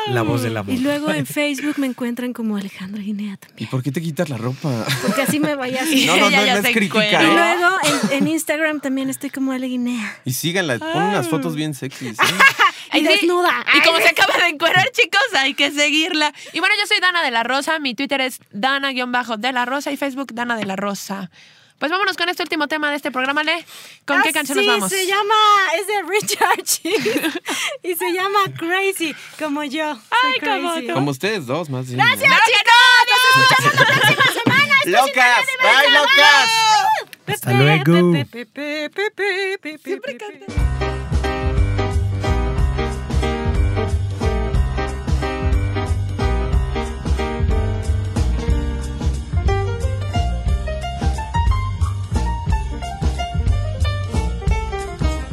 La voz de la voz.
Y luego en Facebook me encuentran como Alejandra Guinea
¿Y
también.
por qué te quitas la ropa?
Porque así me vaya así.
No, no,
Ella
no,
ya
no es
se
crítica,
encueró.
¿eh?
Luego en, en Instagram también estoy como Ale Guinea.
Y síganla, pon unas fotos bien sexys. ¿eh?
Y desnuda.
Y como
Ay.
se acaba de encuerar, chicos, hay que seguirla. Y bueno, yo soy Dana de la Rosa. Mi Twitter es Dana-de la Rosa y Facebook Dana de la Rosa. Pues vámonos con este último tema de este programa, Le. ¿Con qué
Ah,
canción nos
sí,
vamos?
se llama, es de Richard Cheese y se llama Crazy, como yo. soy
Ay, como
crazy.
tú.
Como ustedes dos, más bien.
¡No, chicos!
¡Locas! ¡Bye, locas!
Hasta luego.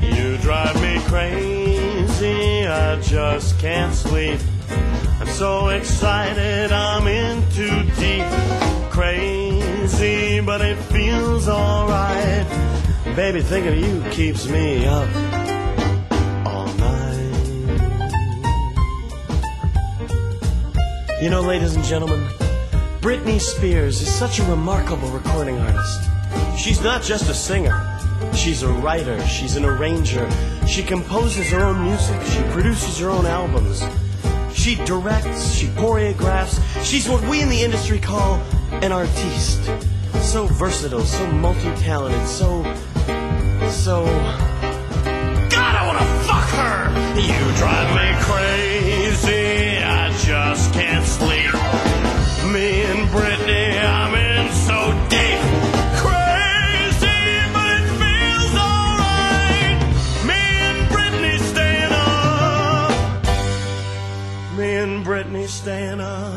You drive me crazy, I just can't sleep. I'm so excited, I'm in too deep. Crazy, but it feels alright. Baby, thinking of you keeps me up all night. You know, ladies and gentlemen, Britney Spears is such a remarkable recording artist. She's not just a singer, she's a writer, she's an arranger. She composes her own music, she produces her own albums. She directs, she choreographs. She's what we in the industry call an artiste. So versatile, so multi talented, so. so. God, I wanna fuck her! You drive me crazy, I just can't sleep. Me and Brittany, I'm in so deep. Crazy, but it feels alright. Me and Brittany staying up. Me and Brittany staying up.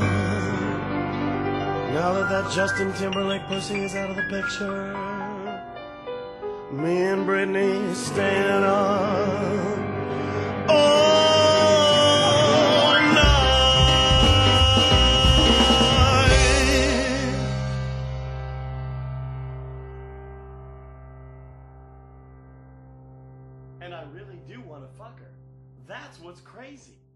Now that that Justin Timberlake pussy is out of the picture. Me and Brittany staying up Oh, all night. And I really do want to fuck her. That's what's crazy.